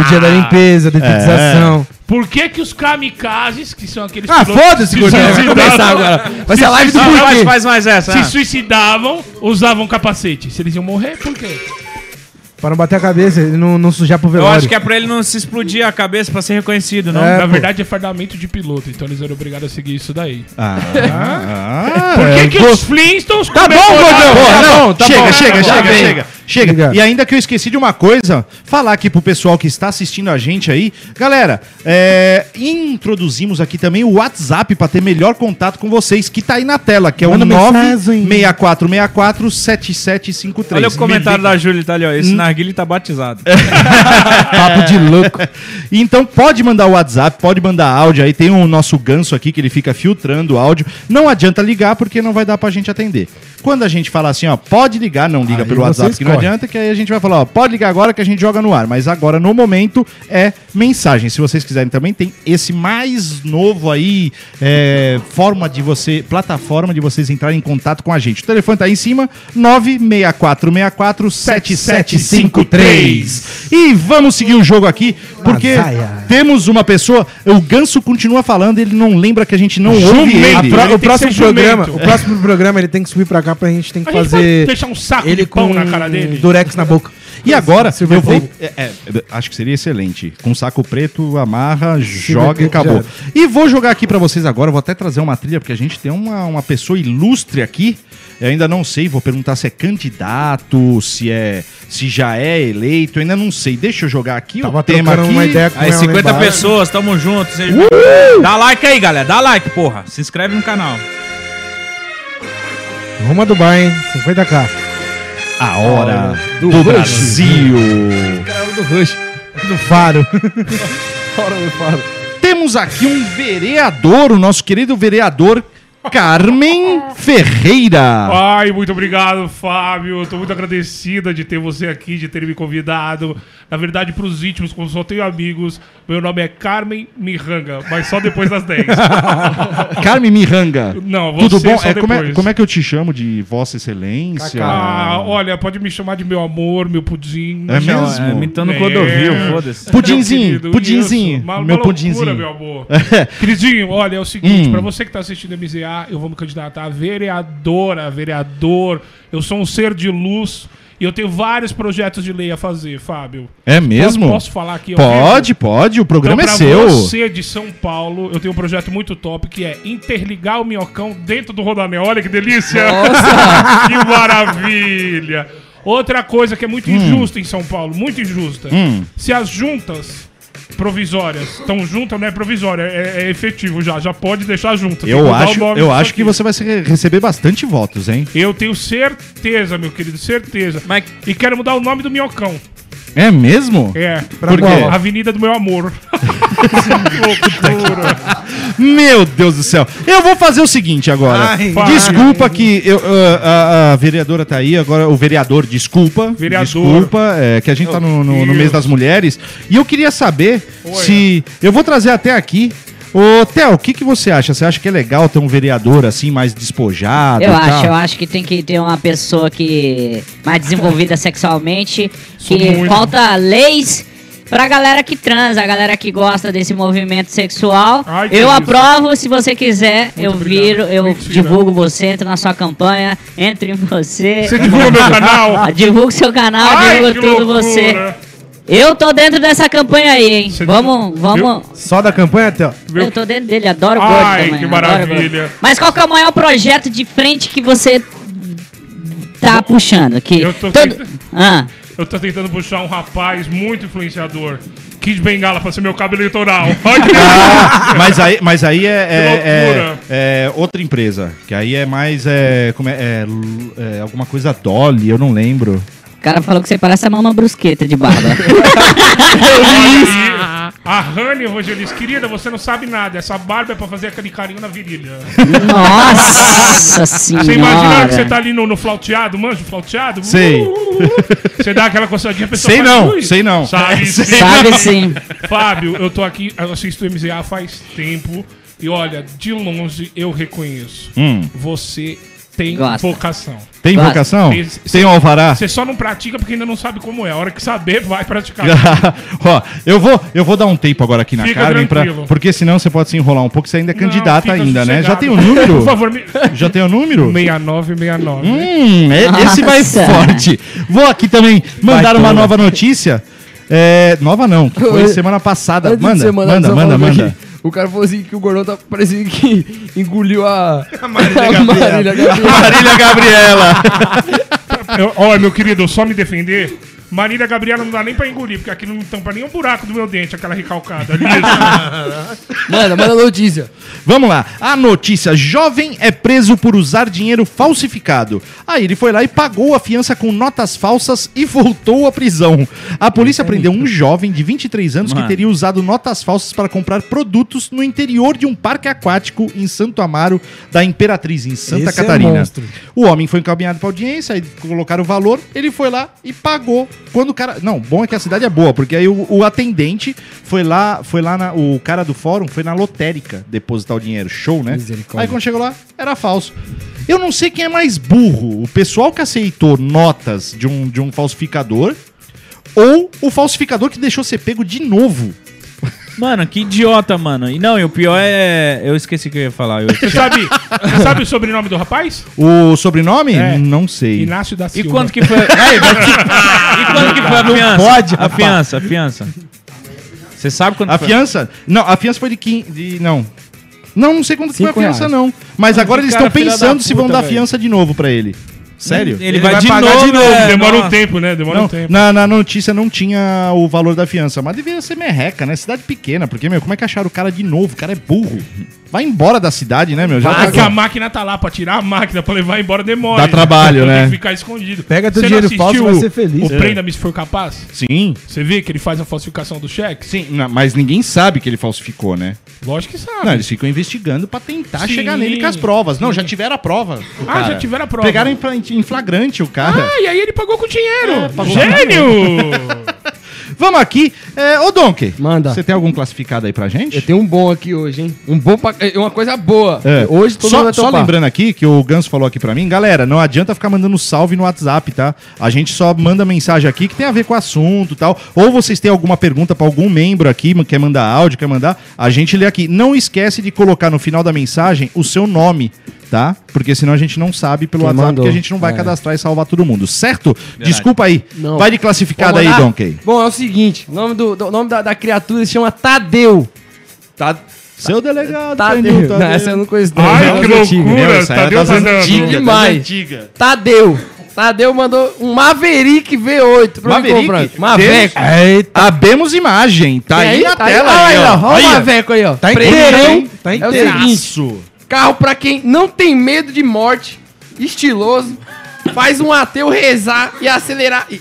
[SPEAKER 5] o dia da limpeza, detetização.
[SPEAKER 4] Por que, que os kamikazes, que são aqueles
[SPEAKER 7] Ah,
[SPEAKER 4] pilotos
[SPEAKER 7] foda-se, Gordinho. Vai começar agora. Vai ser a live do
[SPEAKER 2] Não, faz,
[SPEAKER 7] porquê.
[SPEAKER 2] faz mais essa.
[SPEAKER 4] se
[SPEAKER 2] ah.
[SPEAKER 4] suicidavam, usavam capacete? Se eles iam morrer, por quê?
[SPEAKER 5] Pra não bater a cabeça e não, não sujar pro
[SPEAKER 2] Eu
[SPEAKER 5] velório.
[SPEAKER 2] acho que é pra ele não se explodir a cabeça pra ser reconhecido, não?
[SPEAKER 5] É,
[SPEAKER 4] Na
[SPEAKER 5] pô.
[SPEAKER 4] verdade é fardamento de piloto, então eles eram obrigados a seguir isso daí.
[SPEAKER 1] Ah,
[SPEAKER 4] Por
[SPEAKER 1] é,
[SPEAKER 4] que, que os Flintstones
[SPEAKER 7] Tá bom, Gordão. Tá
[SPEAKER 1] né?
[SPEAKER 7] bom, tá
[SPEAKER 1] chega,
[SPEAKER 7] bom.
[SPEAKER 1] chega,
[SPEAKER 7] Tá
[SPEAKER 1] chega,
[SPEAKER 7] bem.
[SPEAKER 1] chega, chega.
[SPEAKER 5] Obrigado.
[SPEAKER 1] E ainda que eu esqueci de uma coisa, falar aqui pro pessoal que está assistindo a gente aí. Galera, é, introduzimos aqui também o WhatsApp para ter melhor contato com vocês, que tá aí na tela, que é
[SPEAKER 5] Manda
[SPEAKER 1] o
[SPEAKER 5] mensagem.
[SPEAKER 1] 964647753.
[SPEAKER 2] Olha o comentário da Júlia, tá ali, ó. Esse
[SPEAKER 1] Hum.
[SPEAKER 2] narguile tá batizado.
[SPEAKER 5] papo de louco.
[SPEAKER 1] Então pode mandar o WhatsApp, pode mandar áudio. Aí tem o nosso ganso aqui que ele fica filtrando o áudio. Não adianta ligar porque não vai dar pra gente atender. Quando a gente fala assim, ó, pode ligar, não liga
[SPEAKER 5] Aí
[SPEAKER 1] pelo
[SPEAKER 5] você
[SPEAKER 1] WhatsApp que não
[SPEAKER 5] escolhe.
[SPEAKER 1] adianta, que aí a gente vai falar, ó, pode ligar agora que a gente joga no ar. Mas agora, no momento, é mensagem. Se vocês quiserem também, tem esse mais novo aí, é, forma de você, plataforma de vocês entrarem em contato com a gente. O telefone tá aí em cima, 96464 7753. E vamos seguir o jogo aqui, porque
[SPEAKER 5] Lasaia.
[SPEAKER 1] temos uma pessoa. O Ganso continua falando, ele não lembra que a gente não ouve
[SPEAKER 5] A
[SPEAKER 1] ele.
[SPEAKER 5] pro-
[SPEAKER 4] Ele tem
[SPEAKER 5] o
[SPEAKER 4] que
[SPEAKER 5] próximo
[SPEAKER 4] ser jumento.
[SPEAKER 5] programa, o próximo programa ele tem que subir pra cá pra gente tem que
[SPEAKER 4] A gente vai
[SPEAKER 5] fazer
[SPEAKER 4] deixar um saco
[SPEAKER 5] ele
[SPEAKER 4] de pão
[SPEAKER 5] com
[SPEAKER 4] na cara dele?
[SPEAKER 5] durex na boca. tá
[SPEAKER 1] E agora,
[SPEAKER 5] Silver
[SPEAKER 1] eu vou.
[SPEAKER 5] Fogo.
[SPEAKER 1] é, é, acho que seria excelente. Com saco preto, amarra,
[SPEAKER 5] Silver
[SPEAKER 1] joga e
[SPEAKER 5] Fogo,
[SPEAKER 1] acabou.
[SPEAKER 5] já
[SPEAKER 1] E vou jogar aqui pra vocês agora. Vou até trazer uma trilha, porque a gente tem uma, uma pessoa ilustre aqui. Eu ainda não sei, vou perguntar se é candidato, se é. se já é eleito, eu ainda não sei. Deixa eu jogar aqui
[SPEAKER 5] Tava
[SPEAKER 1] o tema
[SPEAKER 5] trocando
[SPEAKER 1] aqui.
[SPEAKER 5] uma ideia com
[SPEAKER 2] Aí,
[SPEAKER 5] ela lá
[SPEAKER 2] 50
[SPEAKER 5] embaixo.
[SPEAKER 2] pessoas, tamo junto. seja- Dá like aí, galera. Dá like, porra. Se inscreve no canal.
[SPEAKER 5] Vamos a Dubai, hein? 50k.
[SPEAKER 1] A hora do, Brasil.
[SPEAKER 7] do Rush.
[SPEAKER 5] Do faro.
[SPEAKER 1] Temos aqui um vereador, o nosso querido vereador Carmen Ferreira.
[SPEAKER 4] Ai, muito obrigado, Fábio. Tô muito agradecida de ter você aqui, de ter me convidado. Na verdade, pros íntimos, como só tenho amigos, meu nome é Carmen Miranga, mas só depois das 10.
[SPEAKER 1] Carmen Miranga.
[SPEAKER 4] Não, você
[SPEAKER 1] Tudo bom?
[SPEAKER 4] só
[SPEAKER 1] É, como, é,
[SPEAKER 4] depois.
[SPEAKER 1] como é que eu te chamo de Vossa Excelência?
[SPEAKER 4] Ah, olha, pode me chamar de meu amor, meu pudim.
[SPEAKER 1] É mesmo?
[SPEAKER 2] Não, é, Imitando o Clodovil,
[SPEAKER 4] É.
[SPEAKER 2] foda-se.
[SPEAKER 1] Pudinzinho,
[SPEAKER 4] Meu querido,
[SPEAKER 1] pudinzinho,
[SPEAKER 4] isso. Uma,
[SPEAKER 1] meu
[SPEAKER 4] meu uma
[SPEAKER 1] pudinzinho.
[SPEAKER 4] Loucura, meu amor. Queridinho, olha, é o seguinte,
[SPEAKER 1] Hum.
[SPEAKER 4] pra você que tá assistindo MZA, eu vou me candidatar a vereadora, vereador. Eu sou um ser de luz e eu tenho vários projetos de lei a fazer, Fábio.
[SPEAKER 1] É mesmo?
[SPEAKER 4] Posso, posso falar aqui? ao
[SPEAKER 1] Pode,
[SPEAKER 4] vivo?
[SPEAKER 1] pode, o
[SPEAKER 4] Então,
[SPEAKER 1] programa
[SPEAKER 4] pra
[SPEAKER 1] é seu.
[SPEAKER 4] você de São Paulo, eu tenho um projeto muito top que é interligar o minhocão dentro do rodanel. Olha que delícia! que maravilha! Outra coisa que é muito injusta em São Paulo, muito injusta.
[SPEAKER 1] Hum.
[SPEAKER 4] Se as juntas provisórias estão juntas, não é provisória, é, é efetivo já, já pode deixar junta. Tem
[SPEAKER 1] Eu
[SPEAKER 4] mudar o
[SPEAKER 1] acho,
[SPEAKER 4] nome
[SPEAKER 1] eu
[SPEAKER 4] disso
[SPEAKER 1] acho que
[SPEAKER 4] aqui.
[SPEAKER 1] você vai se- receber bastante votos, hein?
[SPEAKER 4] Eu tenho certeza, meu querido, certeza.
[SPEAKER 2] Mas-
[SPEAKER 4] E quero mudar o nome do minhocão.
[SPEAKER 1] É mesmo?
[SPEAKER 4] É.
[SPEAKER 5] Pra
[SPEAKER 1] quê?
[SPEAKER 5] qual?
[SPEAKER 4] Avenida do Meu Amor. Loucura.
[SPEAKER 1] Meu Deus do céu. Eu vou fazer o seguinte agora.
[SPEAKER 5] Ai.
[SPEAKER 1] desculpa que eu, ah, a, a vereadora tá aí, agora o vereador, desculpa.
[SPEAKER 4] Vereador.
[SPEAKER 1] Desculpa, é, que a gente tá no, no- no mês das mulheres. E eu queria saber se. Eu vou trazer até aqui. Ô, Theo, o que, que você acha? Você acha que é legal ter um vereador assim, mais despojado?
[SPEAKER 3] Eu
[SPEAKER 1] e
[SPEAKER 3] acho, eu
[SPEAKER 1] tal?
[SPEAKER 3] acho que tem que ter uma pessoa que. mais desenvolvida sexualmente, que
[SPEAKER 4] muito.
[SPEAKER 3] falta leis pra galera que transa, a galera que gosta desse movimento sexual.
[SPEAKER 4] Ai, que
[SPEAKER 3] eu
[SPEAKER 4] isso.
[SPEAKER 3] aprovo, se você quiser, eu
[SPEAKER 4] obrigado.
[SPEAKER 3] viro, eu
[SPEAKER 4] Mentira.
[SPEAKER 3] divulgo você, entro na sua campanha, entro em você.
[SPEAKER 4] Você divulga meu canal.
[SPEAKER 3] Divulgo seu canal,
[SPEAKER 4] Ai,
[SPEAKER 3] divulgo
[SPEAKER 4] que
[SPEAKER 3] tudo
[SPEAKER 4] loucura.
[SPEAKER 3] você. Eu tô dentro dessa campanha aí, hein?
[SPEAKER 4] Você-
[SPEAKER 3] vamos, vamos.
[SPEAKER 5] Só da campanha até, ó.
[SPEAKER 4] Viu?
[SPEAKER 3] Eu tô dentro dele, adoro o
[SPEAKER 4] Ai,
[SPEAKER 3] gordo também.
[SPEAKER 4] que
[SPEAKER 3] adoro gordo.
[SPEAKER 4] maravilha.
[SPEAKER 3] Mas qual que é o maior projeto de frente que você tá puxando aqui?
[SPEAKER 4] Eu tô tenta-
[SPEAKER 3] Ah,
[SPEAKER 4] Eu tô tentando puxar um rapaz muito influenciador. Kid Bengala pra ser meu cabo eleitoral. Olha que
[SPEAKER 1] Ah, Mas aí, mas aí é, é-
[SPEAKER 4] Que loucura.
[SPEAKER 1] é- é outra empresa. Que aí é mais. É, como é, é, l- é alguma coisa Dolly, eu não lembro.
[SPEAKER 3] o cara falou que você parece a mama brusqueta de barba.
[SPEAKER 4] delícia. A Rani Rogelis, querida, você não sabe nada. Essa barba é pra fazer aquele carinho na virilha.
[SPEAKER 3] Nossa senhora.
[SPEAKER 4] Você imagina
[SPEAKER 3] é.
[SPEAKER 4] que você tá ali no, no flauteado, manjo flauteado? Uh!
[SPEAKER 1] Sei.
[SPEAKER 5] Uh!
[SPEAKER 4] Você dá aquela coçadinha, a pessoa
[SPEAKER 1] Sei
[SPEAKER 4] faz,
[SPEAKER 1] não,
[SPEAKER 4] "Ui".
[SPEAKER 1] sei não.
[SPEAKER 4] Sabe sim.
[SPEAKER 3] Sabe sim.
[SPEAKER 4] Fábio, eu tô aqui, eu assisto o MZA faz tempo. E olha, de longe eu reconheço.
[SPEAKER 1] Hum.
[SPEAKER 4] Você tem
[SPEAKER 3] Gosta.
[SPEAKER 4] vocação.
[SPEAKER 1] Tem
[SPEAKER 3] Claro.
[SPEAKER 1] vocação?
[SPEAKER 4] Tem-
[SPEAKER 1] Tem um alvará?
[SPEAKER 4] Você só não pratica porque ainda não sabe como é. A hora que saber, vai praticar.
[SPEAKER 1] Ó, eu vou, eu vou dar um tempo agora aqui na
[SPEAKER 4] Fica
[SPEAKER 1] Carmen, pra-
[SPEAKER 4] tranquilo.
[SPEAKER 1] porque senão você pode se enrolar um pouco, você ainda é
[SPEAKER 4] Não,
[SPEAKER 1] candidata
[SPEAKER 4] fica
[SPEAKER 1] ainda, né? Já
[SPEAKER 4] sossegado.
[SPEAKER 1] tem o número?
[SPEAKER 4] Por favor, me...
[SPEAKER 1] Já tem o número?
[SPEAKER 4] 6969.
[SPEAKER 1] Hum, é- esse vai
[SPEAKER 3] Nossa.
[SPEAKER 1] forte. Vou aqui também mandar uma
[SPEAKER 7] toma.
[SPEAKER 1] nova notícia. É, nova não, que foi semana passada.
[SPEAKER 7] Antes de
[SPEAKER 1] Manda,
[SPEAKER 7] você mandar,
[SPEAKER 1] manda,
[SPEAKER 7] só
[SPEAKER 1] manda,
[SPEAKER 7] falando
[SPEAKER 1] manda.
[SPEAKER 7] aqui, O cara falou assim que o Gordão tá parecendo que engoliu a. A Marília, Gabriela.
[SPEAKER 1] Marília Gabriela.
[SPEAKER 4] Eu- Olha, meu querido, só me defender. Marília Gabriela não dá nem pra engolir, porque aqui não tampa nem um buraco do meu dente, aquela recalcada. Liso.
[SPEAKER 7] Manda, manda notícia.
[SPEAKER 1] Vamos lá. A notícia: jovem é preso por usar dinheiro falsificado. Aí ele foi lá e pagou a fiança com notas falsas e voltou à prisão. A polícia prendeu um jovem de 23 anos que
[SPEAKER 2] Mano.
[SPEAKER 1] teria usado notas falsas para comprar produtos no interior de um parque aquático em Santo Amaro da Imperatriz, em Santa
[SPEAKER 5] Esse é
[SPEAKER 1] Catarina.
[SPEAKER 5] monstro.
[SPEAKER 1] o homem foi encaminhado para audiência, aí colocaram o valor, ele foi lá e pagou. Quando o cara. Não, bom é que a cidade é boa, porque aí o, o atendente foi lá, foi lá na- o cara do fórum foi na lotérica depositar o dinheiro. Show, né?
[SPEAKER 5] Misericórdia.
[SPEAKER 1] Aí quando chegou lá, era falso. Eu não sei quem é mais burro, o pessoal que aceitou notas de um, de um falsificador ou o falsificador que deixou ser pego de novo.
[SPEAKER 2] Mano, que idiota, mano. E não, e o pior é. Eu esqueci o que eu ia falar. Eu...
[SPEAKER 4] Você sabe, você sabe o sobrenome do rapaz?
[SPEAKER 1] O sobrenome?
[SPEAKER 4] É.
[SPEAKER 1] Não sei.
[SPEAKER 4] Inácio da
[SPEAKER 2] E
[SPEAKER 4] Silva.
[SPEAKER 2] quanto que foi. Aí, mas que- E quanto que foi a fiança?
[SPEAKER 5] pode,
[SPEAKER 2] a fiança, a fiança. Você sabe quanto
[SPEAKER 1] A
[SPEAKER 2] foi?
[SPEAKER 1] fiança? Não, a fiança foi de 15. de- não. Não, não sei quanto que foi a
[SPEAKER 7] Cinco
[SPEAKER 1] fiança,
[SPEAKER 7] reais.
[SPEAKER 1] não. Mas agora
[SPEAKER 2] que
[SPEAKER 1] eles
[SPEAKER 2] cara
[SPEAKER 1] estão
[SPEAKER 2] filha da
[SPEAKER 1] pensando se vão
[SPEAKER 2] puta,
[SPEAKER 1] dar
[SPEAKER 2] velho.
[SPEAKER 1] fiança de novo pra ele. Sério?
[SPEAKER 2] Ele, vai, de,
[SPEAKER 5] pagar
[SPEAKER 2] novo,
[SPEAKER 5] de novo,
[SPEAKER 2] né?
[SPEAKER 4] Demora um
[SPEAKER 2] Nossa.
[SPEAKER 4] tempo, né? Demora
[SPEAKER 1] Não,
[SPEAKER 4] um tempo.
[SPEAKER 1] na, na notícia não tinha o valor da fiança, mas deveria ser merreca, né? Cidade pequena, porque, meu, como é que acharam o cara de novo? O cara é burro. Vai embora da cidade, né, meu? Já
[SPEAKER 4] É que a
[SPEAKER 1] tá...
[SPEAKER 4] máquina tá lá pra tirar a máquina, pra levar embora demora.
[SPEAKER 1] Dá trabalho,
[SPEAKER 4] Então
[SPEAKER 1] né?
[SPEAKER 4] Tem que ficar escondido.
[SPEAKER 5] Pega teu
[SPEAKER 4] Você não
[SPEAKER 5] dinheiro
[SPEAKER 4] assistiu
[SPEAKER 5] falso, vai ser feliz. É.
[SPEAKER 4] O Prenda-me se for capaz.
[SPEAKER 1] Sim,
[SPEAKER 4] Você vê que ele faz a falsificação do cheque?
[SPEAKER 1] sim. não, mas ninguém sabe que ele falsificou, né?
[SPEAKER 4] Lógico que sabe.
[SPEAKER 1] Não, eles ficam investigando pra tentar
[SPEAKER 4] Ah, Sim.
[SPEAKER 1] chegar nele com as provas. Não, já tiveram a prova. do
[SPEAKER 4] Ah, já
[SPEAKER 1] cara.
[SPEAKER 4] tiveram a prova.
[SPEAKER 1] Pegaram em fla- em flagrante o cara.
[SPEAKER 4] Ah, e aí ele pagou com dinheiro.
[SPEAKER 1] É, pagou com
[SPEAKER 4] Gênio!
[SPEAKER 1] Vamos aqui. É, ô, Donkey.
[SPEAKER 7] Manda.
[SPEAKER 1] Você tem algum classificado aí pra gente?
[SPEAKER 7] Eu tenho um bom aqui hoje, hein? Um bom pra... é Uma coisa boa.
[SPEAKER 1] É.
[SPEAKER 7] Hoje todo mundo
[SPEAKER 1] só,
[SPEAKER 7] vai
[SPEAKER 1] só
[SPEAKER 7] topar.
[SPEAKER 1] lembrando aqui que o Ganso falou aqui pra mim, galera, não adianta ficar mandando salve no WhatsApp, tá? A gente só manda mensagem aqui que tem a ver com o assunto e tal. Ou vocês têm alguma pergunta pra algum membro aqui, quer mandar áudio, quer mandar, a gente lê aqui. Não esquece de colocar no final da mensagem o seu nome, tá? Porque senão a gente não sabe pelo
[SPEAKER 7] Quem
[SPEAKER 1] WhatsApp
[SPEAKER 7] mandou.
[SPEAKER 1] que a gente não vai
[SPEAKER 7] É.
[SPEAKER 1] cadastrar e salvar todo mundo, certo? Desculpa aí.
[SPEAKER 7] Não.
[SPEAKER 1] Vai de classificado
[SPEAKER 7] Vamos
[SPEAKER 1] aí,
[SPEAKER 7] lá?
[SPEAKER 1] Donkey.
[SPEAKER 7] Bom, é o seguinte: o nome, do, do- o nome da, da criatura se chama Tadeu. Tá,
[SPEAKER 1] Seu delegado,
[SPEAKER 7] Tadeu.
[SPEAKER 1] Fernando,
[SPEAKER 7] Não, essa eu não conheço. não.
[SPEAKER 4] Ai,
[SPEAKER 7] Essa
[SPEAKER 4] que
[SPEAKER 7] é antiga.
[SPEAKER 1] Não,
[SPEAKER 4] loucura!
[SPEAKER 1] essa
[SPEAKER 4] Tá
[SPEAKER 1] é
[SPEAKER 4] Deus
[SPEAKER 1] das
[SPEAKER 4] andando.
[SPEAKER 1] antigas, das
[SPEAKER 7] Demais.
[SPEAKER 1] antigas.
[SPEAKER 7] Tadeu. Tadeu mandou um Maverick V8 pra
[SPEAKER 1] Maverick?
[SPEAKER 7] mim comprar. Maveco.
[SPEAKER 5] Eita.
[SPEAKER 1] Abemos imagem, tá
[SPEAKER 7] Tem
[SPEAKER 1] aí, na
[SPEAKER 7] Tá
[SPEAKER 1] tela.
[SPEAKER 7] Olha
[SPEAKER 1] aí,
[SPEAKER 7] aí, ó.
[SPEAKER 1] ó.
[SPEAKER 7] Olha o
[SPEAKER 1] Olha.
[SPEAKER 7] Maveco aí, ó.
[SPEAKER 5] Tá inteiro,
[SPEAKER 7] Preto.
[SPEAKER 5] hein? Tá
[SPEAKER 7] É o
[SPEAKER 5] inteiro.
[SPEAKER 7] seguinte: carro pra quem não tem medo de morte, estiloso, faz um ateu rezar e acelerar. E,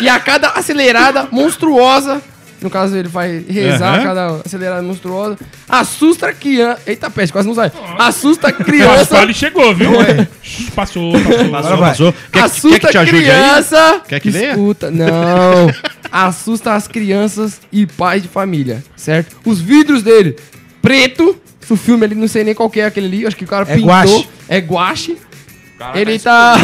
[SPEAKER 7] e a cada acelerada monstruosa, no caso ele vai rezar a
[SPEAKER 1] Aham.
[SPEAKER 7] cada acelerada monstruosa, assusta a criança. Eita, peste, quase não sai. Assusta a
[SPEAKER 4] Mas só
[SPEAKER 7] criança.
[SPEAKER 4] ele chegou, viu? Shhh, Passou, passou.
[SPEAKER 1] Passou, passou. Quer,
[SPEAKER 7] assusta
[SPEAKER 1] quer que te ajude aí?
[SPEAKER 7] é criança.
[SPEAKER 1] Quer que leia?
[SPEAKER 7] Escuta, não. assusta as crianças e pais de família, certo? Os vidros dele, preto. O filme ali, não sei nem qual que é aquele ali. Acho que o cara
[SPEAKER 5] É
[SPEAKER 7] pintou.
[SPEAKER 5] guache.
[SPEAKER 7] É guache. ele tá...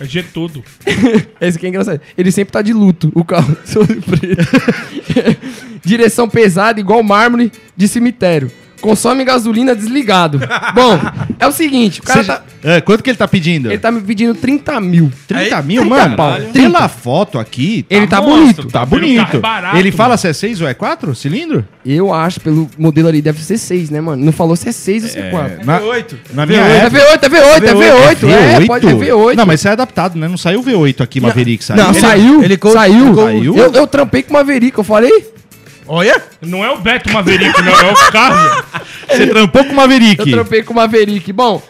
[SPEAKER 4] É Getudo.
[SPEAKER 7] Esse aqui é engraçado. Ele sempre tá de luto, o carro. todo preto. Direção pesada, igual mármore de cemitério. Consome gasolina desligado. Bom, é o seguinte, o cara
[SPEAKER 1] Seja-
[SPEAKER 7] tá,
[SPEAKER 1] É, quanto que ele tá pedindo?
[SPEAKER 7] ele tá me pedindo 30 mil.
[SPEAKER 1] 30 mil,
[SPEAKER 7] Eita,
[SPEAKER 1] mano?
[SPEAKER 7] pau.
[SPEAKER 1] Pela foto aqui, tá,
[SPEAKER 7] Ele tá
[SPEAKER 4] monstro,
[SPEAKER 7] bonito.
[SPEAKER 1] tá
[SPEAKER 4] pelo
[SPEAKER 1] bonito.
[SPEAKER 4] carro é barato,
[SPEAKER 1] ele fala se é 6 ou é 4 cilindro?
[SPEAKER 7] Eu acho, pelo modelo ali, deve ser 6, né, mano? Não falou se é 6 ou se é 4.
[SPEAKER 1] Na,
[SPEAKER 5] oito.
[SPEAKER 1] na minha
[SPEAKER 7] É
[SPEAKER 1] época...
[SPEAKER 7] V8, é V8, é V8, é,
[SPEAKER 1] V8?
[SPEAKER 7] pode é V8.
[SPEAKER 1] Não, mas isso é adaptado, né? Não saiu V8 aqui, Maverick. Saiu.
[SPEAKER 7] Não,
[SPEAKER 1] Ele-
[SPEAKER 7] saiu,
[SPEAKER 5] ele co-
[SPEAKER 7] saiu.
[SPEAKER 1] saiu?
[SPEAKER 7] Eu, eu trampei com Maverick, eu falei?
[SPEAKER 5] Olha!
[SPEAKER 4] Não é o Beto Maverick, não, é o carro.
[SPEAKER 1] Você trampou com o Maverick.
[SPEAKER 7] Eu trampei com Maverick. Bom,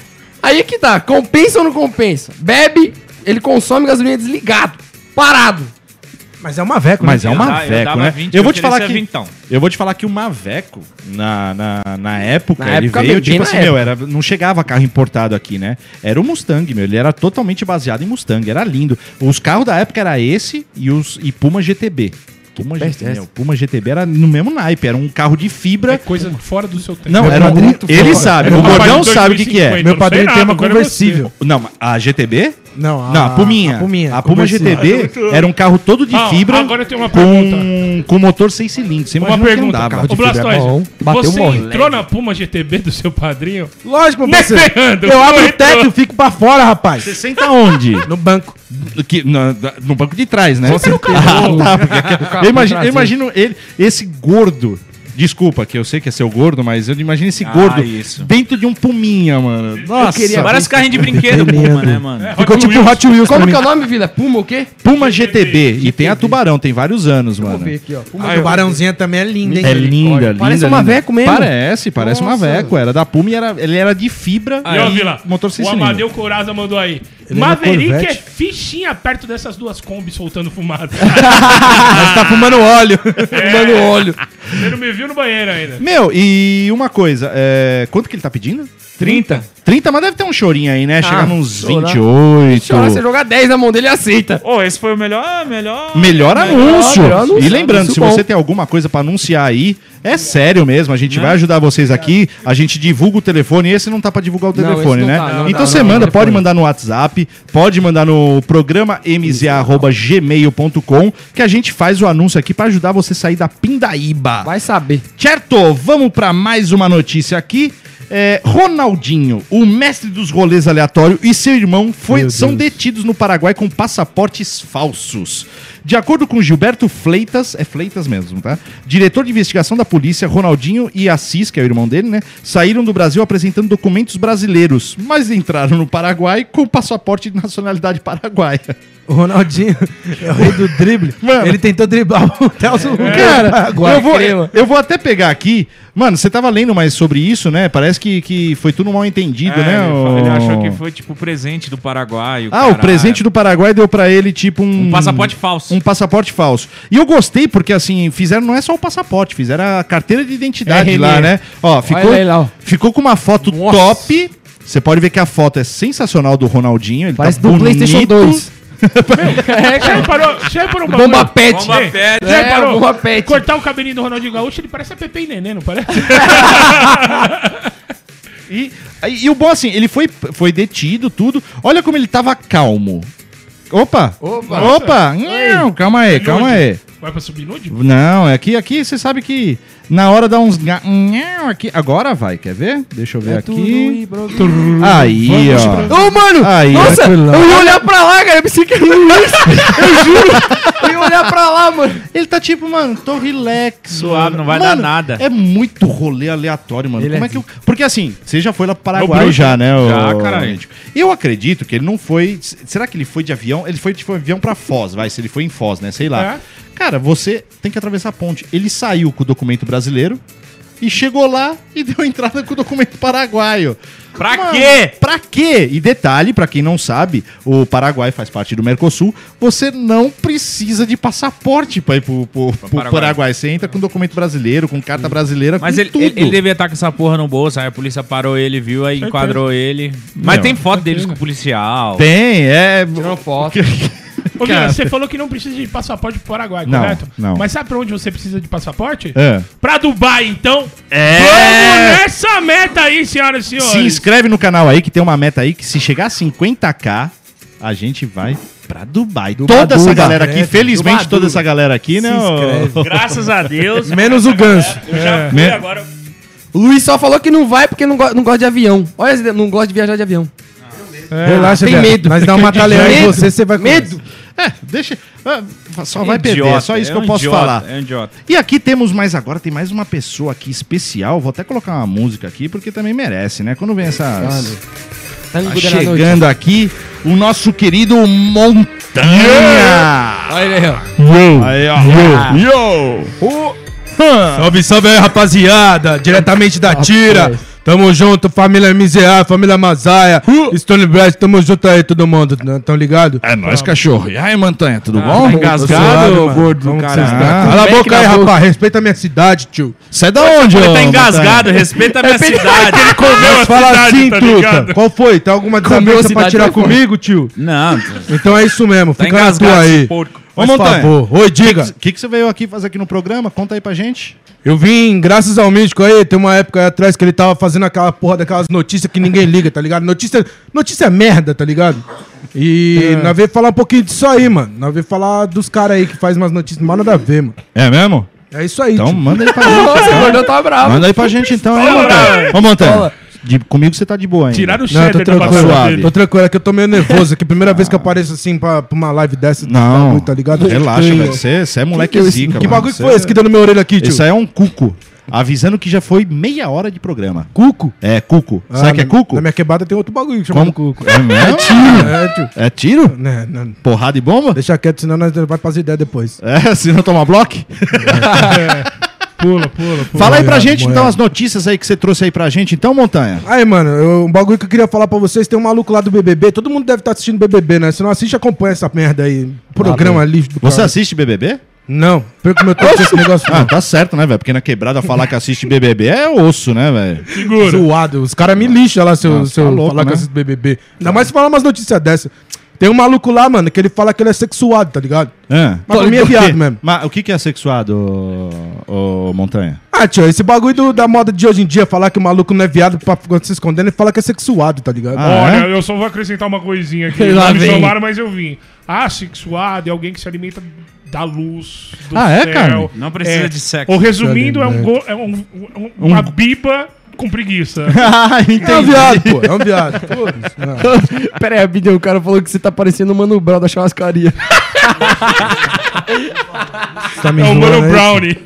[SPEAKER 7] aí é que tá, compensa ou não compensa? Bebe, ele consome gasolina desligado, parado.
[SPEAKER 5] Mas é uma veco,
[SPEAKER 1] Mas é um
[SPEAKER 2] Eu dava- eu
[SPEAKER 1] Maveco,
[SPEAKER 2] dava
[SPEAKER 1] né?
[SPEAKER 2] 20,
[SPEAKER 1] eu vou te
[SPEAKER 2] eu
[SPEAKER 1] falar
[SPEAKER 2] queria
[SPEAKER 1] que
[SPEAKER 2] ser vintão.
[SPEAKER 1] eu vou te falar que o Maveco na, na, na época
[SPEAKER 7] Na
[SPEAKER 1] ele
[SPEAKER 7] época,
[SPEAKER 1] veio
[SPEAKER 7] bem
[SPEAKER 1] tipo
[SPEAKER 7] na
[SPEAKER 1] assim, meu, era não chegava carro importado aqui, né? Era o Mustang, meu, ele era totalmente baseado em Mustang, era lindo. Os carros da época era esse e os e Puma GTB. Puma,
[SPEAKER 7] peste
[SPEAKER 1] GTB,
[SPEAKER 7] é
[SPEAKER 1] meu, Puma GTB era no mesmo naipe, era um carro de
[SPEAKER 4] É
[SPEAKER 1] fibra.
[SPEAKER 4] coisa fora do seu tempo.
[SPEAKER 1] Não,
[SPEAKER 7] é
[SPEAKER 1] era muito
[SPEAKER 7] muito
[SPEAKER 1] Ele
[SPEAKER 7] foda.
[SPEAKER 1] sabe,
[SPEAKER 4] Era
[SPEAKER 1] o
[SPEAKER 4] um carro
[SPEAKER 1] Gordão
[SPEAKER 4] de
[SPEAKER 1] sabe o que que é.
[SPEAKER 4] 2050.
[SPEAKER 5] Meu padrinho
[SPEAKER 4] Não sei
[SPEAKER 5] tem
[SPEAKER 4] nada,
[SPEAKER 5] uma
[SPEAKER 4] agora é
[SPEAKER 5] conversível.
[SPEAKER 1] Não, a GTB?
[SPEAKER 5] Não, a,
[SPEAKER 1] Não, a Puminha.
[SPEAKER 5] A Puminha.
[SPEAKER 1] A Puma
[SPEAKER 5] Conversível.
[SPEAKER 1] GTB era um carro todo de
[SPEAKER 4] Ah,
[SPEAKER 1] fibra.
[SPEAKER 4] agora eu tenho uma
[SPEAKER 1] com, com motor seis cilindros. Você
[SPEAKER 4] Uma
[SPEAKER 1] imagina que
[SPEAKER 4] pergunta,
[SPEAKER 1] andava.
[SPEAKER 4] cara. Ô,
[SPEAKER 5] de fibra é bom.
[SPEAKER 4] Blastoise,
[SPEAKER 7] Bateu,
[SPEAKER 4] você
[SPEAKER 7] morre.
[SPEAKER 4] entrou na Puma GTB do seu padrinho?
[SPEAKER 5] Lógico,
[SPEAKER 4] Nem
[SPEAKER 5] parceiro.
[SPEAKER 4] ferrando.
[SPEAKER 5] Eu abro o
[SPEAKER 4] Muito.
[SPEAKER 5] teto e fico pra fora, rapaz.
[SPEAKER 1] Você senta onde?
[SPEAKER 5] No banco.
[SPEAKER 1] no, que- na- na- no banco de trás, né?
[SPEAKER 7] Você no carro.
[SPEAKER 1] Ah, tá, porque aqui-
[SPEAKER 7] carro
[SPEAKER 1] eu, imagino, eu
[SPEAKER 7] traseiro.
[SPEAKER 1] imagino ele, esse gordo. Desculpa, que eu sei que é seu gordo, mas eu imagino esse gordo
[SPEAKER 2] isso.
[SPEAKER 1] dentro de um puminha, mano. Nossa,
[SPEAKER 2] Parece carrinho de brinquedo, Puma, né, mano?
[SPEAKER 5] Ficou tipo Hot Wheels
[SPEAKER 7] Como que é o
[SPEAKER 5] eu...
[SPEAKER 7] nome, Vila? Puma o quê?
[SPEAKER 1] Puma GTB. E tem a Tubarão, tem vários anos, mano.
[SPEAKER 7] aqui, ó.
[SPEAKER 4] Ah,
[SPEAKER 7] Puma
[SPEAKER 5] A tubarãozinha também é linda, hein?
[SPEAKER 1] É linda, linda.
[SPEAKER 7] Parece
[SPEAKER 1] linda.
[SPEAKER 7] uma Veco mesmo.
[SPEAKER 1] Parece, parece uma Veco. Era da Puma e era, ele era de fibra.
[SPEAKER 4] E ó, Vila,
[SPEAKER 1] motor seis
[SPEAKER 4] o
[SPEAKER 1] cilindros.
[SPEAKER 4] Amadeu Coraza mandou aí.
[SPEAKER 5] Ele é
[SPEAKER 4] Maverick
[SPEAKER 5] uma
[SPEAKER 4] é
[SPEAKER 5] Corvette.
[SPEAKER 4] fichinha perto dessas duas Kombi soltando fumaça.
[SPEAKER 5] Mas tá fumando óleo.
[SPEAKER 7] Mano, óleo.
[SPEAKER 4] Você não me viu no banheiro ainda.
[SPEAKER 1] Meu, e uma coisa, é, quanto que ele tá pedindo?
[SPEAKER 7] 30.
[SPEAKER 1] 30, mas deve ter um chorinho aí, né? Chegar
[SPEAKER 7] Ah,
[SPEAKER 1] nos
[SPEAKER 7] chorar.
[SPEAKER 1] 28.
[SPEAKER 7] Chora, você jogar 10 na mão dele e aceita.
[SPEAKER 2] Ô, esse foi o melhor, melhor...
[SPEAKER 1] Melhor anúncio.
[SPEAKER 7] melhor anúncio.
[SPEAKER 1] E lembrando,
[SPEAKER 7] Isso
[SPEAKER 1] se
[SPEAKER 7] bom.
[SPEAKER 1] você tem alguma coisa pra anunciar aí, é sério mesmo, a gente vai ajudar vocês aqui, a gente divulga o telefone, esse não tá pra divulgar o
[SPEAKER 7] Não,
[SPEAKER 1] telefone,
[SPEAKER 7] esse
[SPEAKER 1] né?
[SPEAKER 7] não tá, não,
[SPEAKER 1] então
[SPEAKER 7] não,
[SPEAKER 1] você
[SPEAKER 7] não,
[SPEAKER 1] manda,
[SPEAKER 7] telefone.
[SPEAKER 1] pode mandar no WhatsApp, pode mandar no programa mza@gmail.com, que a gente faz o anúncio aqui pra ajudar você a sair da pindaíba.
[SPEAKER 7] Vai saber.
[SPEAKER 1] Certo, vamos para mais uma notícia aqui. É, Ronaldinho, o mestre dos rolês aleatórios, e seu irmão foi-
[SPEAKER 5] Meu
[SPEAKER 1] são
[SPEAKER 5] Deus.
[SPEAKER 1] detidos no Paraguai com passaportes falsos. De acordo com Gilberto Fleitas, é Fleitas mesmo, tá? Diretor de investigação da polícia, Ronaldinho e Assis, que é o irmão dele, né? Saíram do Brasil apresentando documentos brasileiros, mas entraram no Paraguai com passaporte de nacionalidade paraguaia.
[SPEAKER 5] O Ronaldinho é o rei do drible.
[SPEAKER 1] Mano.
[SPEAKER 5] Ele tentou driblar o
[SPEAKER 4] É.
[SPEAKER 5] Telso.
[SPEAKER 1] Cara,
[SPEAKER 5] Agora
[SPEAKER 1] eu, vou,
[SPEAKER 5] crema.
[SPEAKER 1] eu vou até pegar aqui. Mano, você tava lendo mais sobre isso, né? Parece que, que foi tudo mal entendido,
[SPEAKER 2] É,
[SPEAKER 1] né?
[SPEAKER 2] ele,
[SPEAKER 1] o-
[SPEAKER 2] fa- ele achou que foi, tipo, presente do Paraguai.
[SPEAKER 1] Ah, o presente do Paraguai deu pra ele, tipo, um.
[SPEAKER 2] Um passaporte falso.
[SPEAKER 1] Um passaporte falso. E eu gostei porque, assim, fizeram não é só o passaporte, fizeram a carteira de identidade
[SPEAKER 7] RNE.
[SPEAKER 1] lá, né? Ó, ficou,
[SPEAKER 7] ele lá, ó.
[SPEAKER 1] ficou com uma foto
[SPEAKER 7] Nossa.
[SPEAKER 1] top. Você pode ver que a foto é sensacional do Ronaldinho. Ele
[SPEAKER 7] Parece
[SPEAKER 1] tá
[SPEAKER 7] do
[SPEAKER 1] bonito.
[SPEAKER 7] PlayStation 2.
[SPEAKER 4] É, já reparou, já reparou um bagulho?
[SPEAKER 7] Bomba pet.
[SPEAKER 2] Bomba pet.
[SPEAKER 4] Já
[SPEAKER 7] É,
[SPEAKER 4] reparou?
[SPEAKER 7] bomba pet.
[SPEAKER 4] Cortar o cabelinho do Ronaldinho Gaúcho, ele parece a Pepe e Nenê, não parece?
[SPEAKER 1] E, aí- e o bom, assim, ele foi, foi detido, tudo. Olha como ele tava calmo. Opa! Tá
[SPEAKER 7] Opa!
[SPEAKER 1] Opa! Não, calma aí, calma aí.
[SPEAKER 4] Vai pra subir nude?
[SPEAKER 1] Não, é aqui, aqui, você sabe que na hora dá uns... ga- Não, aqui. Agora vai, quer ver? Deixa eu ver aqui. Aí, ó.
[SPEAKER 7] Ô, mano!
[SPEAKER 1] Aí,
[SPEAKER 7] nossa,
[SPEAKER 5] ó, que lá.
[SPEAKER 7] eu ia olhar pra lá, cara. Eu pensei que era isso. Eu juro. Eu ia olhar pra lá, mano.
[SPEAKER 1] Ele tá tipo, mano, tô relax.
[SPEAKER 2] Suave,
[SPEAKER 1] mano.
[SPEAKER 2] não vai
[SPEAKER 1] Mano,
[SPEAKER 2] dar nada.
[SPEAKER 1] É muito rolê aleatório, mano.
[SPEAKER 5] Ele
[SPEAKER 1] Como é
[SPEAKER 5] é
[SPEAKER 1] que eu... Porque assim, você já foi lá pro Paraguai
[SPEAKER 2] Bruno.
[SPEAKER 1] já, né? ô-
[SPEAKER 2] Já, caralho.
[SPEAKER 1] Eu acredito que ele não foi. s- Será que ele foi de avião? Ele foi de avião pra Foz, vai. Se ele foi em Foz, né? Sei lá.
[SPEAKER 4] É.
[SPEAKER 1] Cara, você tem que atravessar a ponte. Ele saiu com o documento brasileiro e chegou lá e deu entrada com o documento paraguaio.
[SPEAKER 2] Pra
[SPEAKER 1] Mano,
[SPEAKER 2] quê?
[SPEAKER 1] Pra quê? E detalhe, pra quem não sabe, o Paraguai faz parte do Mercosul. Você não precisa de passaporte pra ir pro, pro- pro Paraguai.
[SPEAKER 2] Paraguai.
[SPEAKER 1] Você entra com documento brasileiro, com carta brasileira,
[SPEAKER 2] Mas
[SPEAKER 1] com
[SPEAKER 2] ele, ele, ele devia estar com essa porra no bolso, aí a polícia parou ele, viu, aí enquadrou ele. Mas
[SPEAKER 1] Não.
[SPEAKER 2] tem foto deles com o policial.
[SPEAKER 1] Tem, é.
[SPEAKER 7] Tirou foto.
[SPEAKER 4] Ô, Vila,
[SPEAKER 1] Cara.
[SPEAKER 4] você falou que não precisa de passaporte pro Paraguai,
[SPEAKER 1] Não,
[SPEAKER 4] correto?
[SPEAKER 1] não.
[SPEAKER 4] Mas sabe pra onde você precisa de passaporte?
[SPEAKER 1] É.
[SPEAKER 4] Pra Dubai, então.
[SPEAKER 1] É.
[SPEAKER 4] Vamos nessa meta aí, senhoras e senhores.
[SPEAKER 1] Se inscreve no canal aí, que tem uma meta aí que se chegar a 50k, a gente vai pra Dubai. É, toda essa
[SPEAKER 5] Dubai.
[SPEAKER 1] galera aqui,
[SPEAKER 5] Credo.
[SPEAKER 1] felizmente
[SPEAKER 5] Dubai,
[SPEAKER 1] toda
[SPEAKER 5] Dubai.
[SPEAKER 1] essa galera aqui, né?
[SPEAKER 5] Se
[SPEAKER 1] ô-
[SPEAKER 5] inscreve.
[SPEAKER 6] Graças a Deus.
[SPEAKER 5] Menos o ganso.
[SPEAKER 1] né?
[SPEAKER 6] Eu já fui
[SPEAKER 1] Me-
[SPEAKER 6] agora.
[SPEAKER 7] O Luiz só falou que não vai porque não, go- não gosta de avião. Olha, as ideias, não gosta de viajar de avião.
[SPEAKER 4] É.
[SPEAKER 5] Relaxa,
[SPEAKER 7] tem
[SPEAKER 5] Bia.
[SPEAKER 7] medo.
[SPEAKER 5] Nós dá uma talhão em
[SPEAKER 7] Medo.
[SPEAKER 5] você, você vai
[SPEAKER 7] Medo.
[SPEAKER 1] É, deixa. ah, Só vai perder, é só isso que eu posso falar.
[SPEAKER 2] É um idiota.
[SPEAKER 1] E aqui temos mais agora, tem mais uma pessoa aqui especial. Vou até colocar uma música aqui, porque também merece, né? Quando vem essas.
[SPEAKER 7] Tango
[SPEAKER 1] Tá
[SPEAKER 7] da noite.
[SPEAKER 1] chegando aqui o nosso querido Montanha!
[SPEAKER 7] Olha ele aí, ó.
[SPEAKER 1] Aí, ó.
[SPEAKER 5] Salve, salve aí, rapaziada. Diretamente da Tira. Tamo junto, família MZA, família Mazaia,
[SPEAKER 2] Uh!
[SPEAKER 5] Stone Blast, tamo junto aí, todo mundo. né? Tão ligado?
[SPEAKER 1] É nóis, cachorro. E aí, Montanha, tudo
[SPEAKER 2] tá
[SPEAKER 1] bom?
[SPEAKER 2] engasgado, ô gordo do caralho.
[SPEAKER 5] Cala a boca aí, rapaz. Respeita a minha cidade, tio.
[SPEAKER 1] Você é da onde,
[SPEAKER 2] Ele
[SPEAKER 1] ô,
[SPEAKER 2] tá engasgado, respeita a minha cidade.
[SPEAKER 4] Comeu a
[SPEAKER 5] Fala
[SPEAKER 4] cidade,
[SPEAKER 5] assim,
[SPEAKER 4] tá
[SPEAKER 5] truta.
[SPEAKER 4] ligado?
[SPEAKER 5] Qual foi? Tem alguma desavença pra
[SPEAKER 7] cidade,
[SPEAKER 5] tirar
[SPEAKER 7] vai fora.
[SPEAKER 5] comigo, tio?
[SPEAKER 2] Não, tá
[SPEAKER 5] Então é isso mesmo. Fica na tua aí.
[SPEAKER 2] porco.
[SPEAKER 5] Por
[SPEAKER 1] Montanha.
[SPEAKER 5] favor. Oi, diga.
[SPEAKER 1] O que, que você veio aqui fazer aqui no programa? Conta aí pra gente.
[SPEAKER 5] Eu vim, graças ao místico aí, tem uma época aí atrás que ele tava fazendo aquela porra daquelas notícias que ninguém liga, tá ligado? Notícia, notícia merda, tá ligado? E nós veio falar um pouquinho disso aí, mano. Nós veio falar dos caras aí que faz umas notícias mal nada a ver, mano.
[SPEAKER 1] É mesmo?
[SPEAKER 5] É isso aí,
[SPEAKER 1] Então
[SPEAKER 5] tio.
[SPEAKER 1] manda aí pra gente.
[SPEAKER 7] Nossa, o gordão tá bravo.
[SPEAKER 1] Manda aí pra gente então, hein, Montanha? Ô, Montanha, de- comigo você tá de boa ainda.
[SPEAKER 4] Tiraram o
[SPEAKER 5] Não, eu tô
[SPEAKER 4] cheddar da
[SPEAKER 5] tranquilo.
[SPEAKER 4] batata
[SPEAKER 1] suave.
[SPEAKER 4] dele.
[SPEAKER 5] Tô tranquilo, é que eu tô meio nervoso aqui. Primeira vez que eu apareço assim pra, pra uma live dessa, tá
[SPEAKER 1] Não,
[SPEAKER 5] doido, tá ligado?
[SPEAKER 1] relaxa, velho. Você é moleque zica,
[SPEAKER 5] Que
[SPEAKER 1] mano.
[SPEAKER 5] bagulho que
[SPEAKER 1] Cê-
[SPEAKER 5] foi esse que deu no meu orelha aqui, tio?
[SPEAKER 1] Isso aí é um cuco. Avisando que já foi meia hora de programa.
[SPEAKER 5] cuco?
[SPEAKER 1] É, cuco. Sabe
[SPEAKER 5] Ah,
[SPEAKER 1] que é
[SPEAKER 5] na-
[SPEAKER 1] cuco?
[SPEAKER 5] Na minha quebrada tem outro bagulho chamado
[SPEAKER 1] Como?
[SPEAKER 5] cuco.
[SPEAKER 1] É, mesmo?
[SPEAKER 5] É, tio.
[SPEAKER 1] É tiro?
[SPEAKER 5] Né, não,
[SPEAKER 1] Porrada e bomba?
[SPEAKER 5] deixa quieto, senão nós vai fazer ideia depois.
[SPEAKER 1] É, se não tomar bloco.
[SPEAKER 4] Pula, pula, pula.
[SPEAKER 1] Fala aí pra
[SPEAKER 5] Moeda,
[SPEAKER 1] gente,
[SPEAKER 5] moeda.
[SPEAKER 1] então, as notícias aí que você trouxe aí pra gente, então, Montanha.
[SPEAKER 5] Aí, mano, eu- um bagulho que eu queria falar pra vocês, tem um maluco lá do BBB, todo mundo deve estar assistindo BBB, né? Se não assiste, acompanha essa merda aí. Um Programa lixo do
[SPEAKER 1] Ah, Você
[SPEAKER 5] cara.
[SPEAKER 1] assiste BBB?
[SPEAKER 5] Não, perco meu tempo com esse negócio
[SPEAKER 1] Ah,
[SPEAKER 5] não.
[SPEAKER 1] tá certo, né, velho? Porque na quebrada falar que assiste BBB é osso, né, velho?
[SPEAKER 4] Segura.
[SPEAKER 5] Zoado, os caras me lixam lá se eu,
[SPEAKER 1] Nossa,
[SPEAKER 5] se eu
[SPEAKER 1] tá louco,
[SPEAKER 5] falar
[SPEAKER 1] né?
[SPEAKER 5] com esses BBB. Ainda mais se falar umas notícias dessas. Tem um maluco lá, mano, que ele fala que ele é sexuado, tá ligado?
[SPEAKER 1] Ah.
[SPEAKER 5] Mas pra mim é
[SPEAKER 1] Por quê?
[SPEAKER 5] viado mesmo.
[SPEAKER 1] Mas o que que é sexuado, ô, ô, Montanha?
[SPEAKER 5] Ah, tio, esse bagulho do- da moda de hoje em dia, falar que o maluco não é viado pra ficar se escondendo, ele fala que é sexuado, tá ligado?
[SPEAKER 1] Ah,
[SPEAKER 4] Olha, eu só vou acrescentar uma coisinha aqui.
[SPEAKER 7] Lá
[SPEAKER 4] Não me
[SPEAKER 7] vem.
[SPEAKER 4] chamaram, mas eu vim. Assexuado é alguém que se alimenta da luz, do
[SPEAKER 1] Ah, é,
[SPEAKER 4] céu.
[SPEAKER 1] Carmen?
[SPEAKER 2] Não precisa
[SPEAKER 4] É.
[SPEAKER 2] de sexo.
[SPEAKER 4] Ou resumindo, é, um go- é um- um- uma biba com preguiça.
[SPEAKER 1] Ah, entendi.
[SPEAKER 5] É um viado, pô, é um viado. Pô, não.
[SPEAKER 7] Pera aí, rapidinho, o cara falou que você tá parecendo o Mano Brown da churrascaria.
[SPEAKER 5] Você tá me
[SPEAKER 4] É
[SPEAKER 1] um
[SPEAKER 4] o
[SPEAKER 5] zoando,
[SPEAKER 4] Mano
[SPEAKER 5] né?
[SPEAKER 4] Brownie.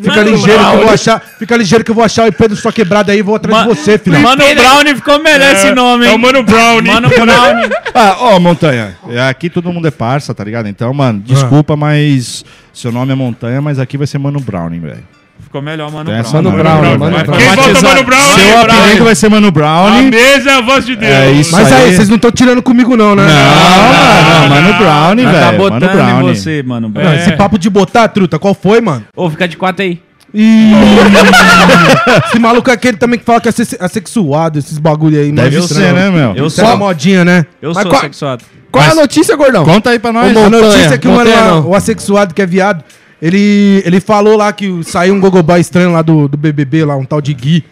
[SPEAKER 5] Fica ligeiro que eu vou achar. Fica ligeiro que eu vou achar o IP do sua quebrada aí e vou atrás de você, filho.
[SPEAKER 2] Mano Brown ficou melhor esse nome,
[SPEAKER 4] É
[SPEAKER 2] hein?
[SPEAKER 4] o Mano Brownie.
[SPEAKER 2] Mano Brown.
[SPEAKER 1] Ah, ó, Montanha, é, aqui todo mundo é parça, tá ligado? Então, mano, desculpa, mas seu nome é Montanha, mas aqui vai ser Mano Browning, velho.
[SPEAKER 2] Ficou melhor, Mano
[SPEAKER 1] Tem essa
[SPEAKER 2] Brown.
[SPEAKER 1] não.
[SPEAKER 7] Mano Brown, Mano Brown.
[SPEAKER 4] Quem volta
[SPEAKER 2] Batizado.
[SPEAKER 4] Mano Browning?
[SPEAKER 1] Seu
[SPEAKER 4] Mano Browning.
[SPEAKER 1] apelido vai ser Mano
[SPEAKER 4] A
[SPEAKER 1] Browning.
[SPEAKER 4] mesa é a voz de Deus.
[SPEAKER 1] É isso
[SPEAKER 5] Mas
[SPEAKER 1] aí.
[SPEAKER 5] aí, vocês não estão tirando comigo, não, né?
[SPEAKER 1] Não, mano, Mano Browning,
[SPEAKER 2] Não
[SPEAKER 1] velho.
[SPEAKER 2] tá
[SPEAKER 1] Mano
[SPEAKER 2] botando em
[SPEAKER 1] Browning.
[SPEAKER 2] você, Mano Brown.
[SPEAKER 5] Não, Esse papo de botar, truta, qual foi, mano?
[SPEAKER 2] Ô, fica de quatro aí.
[SPEAKER 5] Ih, esse maluco é aquele também que fala que é asse- assexuado, esses bagulho aí,
[SPEAKER 1] Deve
[SPEAKER 5] mano.
[SPEAKER 1] ser, né, meu?
[SPEAKER 2] Eu
[SPEAKER 5] Isso é uma
[SPEAKER 2] sou,
[SPEAKER 5] modinha, né?
[SPEAKER 2] eu
[SPEAKER 7] Mas
[SPEAKER 2] sou
[SPEAKER 7] qual-
[SPEAKER 2] sexuado.
[SPEAKER 7] Qual é a
[SPEAKER 1] Mas-
[SPEAKER 7] notícia, gordão?
[SPEAKER 1] Conta aí pra nós.
[SPEAKER 5] A notícia é que o, mano,
[SPEAKER 7] Montanha, não.
[SPEAKER 5] o assexuado que é viado, ele, ele falou lá que o- saiu um gogoboy estranho lá do, do BBB, lá, um tal de Gui.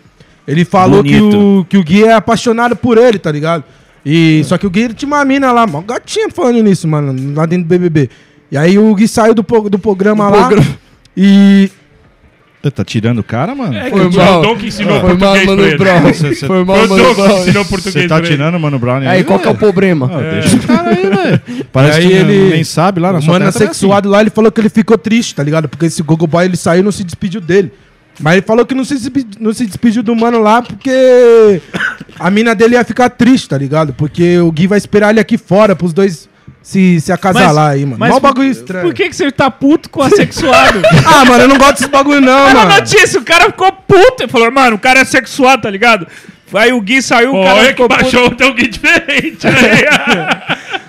[SPEAKER 5] Ele falou que
[SPEAKER 2] Bonito.
[SPEAKER 5] o, que o Gui é apaixonado por ele, tá ligado? E, Só que o Gui ele tinha uma mina lá, mó gatinha falando nisso, mano, lá dentro do BBB. E aí o Gui saiu do, pro- do programa lá e...
[SPEAKER 1] Você tá tirando o cara, mano?
[SPEAKER 4] É que
[SPEAKER 7] Foi
[SPEAKER 4] o Tio
[SPEAKER 7] mal.
[SPEAKER 4] Dom que ensinou
[SPEAKER 7] Foi mal,
[SPEAKER 4] português pra
[SPEAKER 7] Mano
[SPEAKER 4] ele.
[SPEAKER 7] Brown.
[SPEAKER 1] Cê- cê-
[SPEAKER 7] Foi mal,
[SPEAKER 4] Foi é o
[SPEAKER 7] Mano
[SPEAKER 4] Dom que
[SPEAKER 7] Brown.
[SPEAKER 4] ensinou
[SPEAKER 1] Você
[SPEAKER 4] português
[SPEAKER 1] tá
[SPEAKER 4] pra ele.
[SPEAKER 1] tirando o Mano Browning
[SPEAKER 7] Aí, qual que é o problema?
[SPEAKER 1] Ah, Deixa o cara aí, velho. Parece
[SPEAKER 5] E aí
[SPEAKER 1] que
[SPEAKER 5] ele-
[SPEAKER 1] ele nem sabe lá na
[SPEAKER 5] O
[SPEAKER 1] sua
[SPEAKER 5] mano
[SPEAKER 1] terra também é
[SPEAKER 5] assexuado lá, ele falou que ele ficou triste, tá ligado? Porque esse Gogo Boy ele saiu e não se despediu dele. Mas ele falou que não se, despe- não se despediu do mano lá porque a mina dele ia ficar triste, tá ligado? Porque o Gui vai esperar ele aqui fora pros dois se, se acasalar aí, mano. Mó
[SPEAKER 2] por-
[SPEAKER 5] bagulho estranho.
[SPEAKER 2] Por que, que você tá puto com o assexuado?
[SPEAKER 5] Ah, mano, eu não gosto desse bagulho não,
[SPEAKER 2] Era
[SPEAKER 5] mano.
[SPEAKER 2] notícia, o cara ficou puto. Ele falou, mano, o cara é sexuado, tá ligado? Aí o Gui saiu, o cara
[SPEAKER 4] Olha que
[SPEAKER 2] ficou puto.
[SPEAKER 4] baixou tem alguém diferente. né?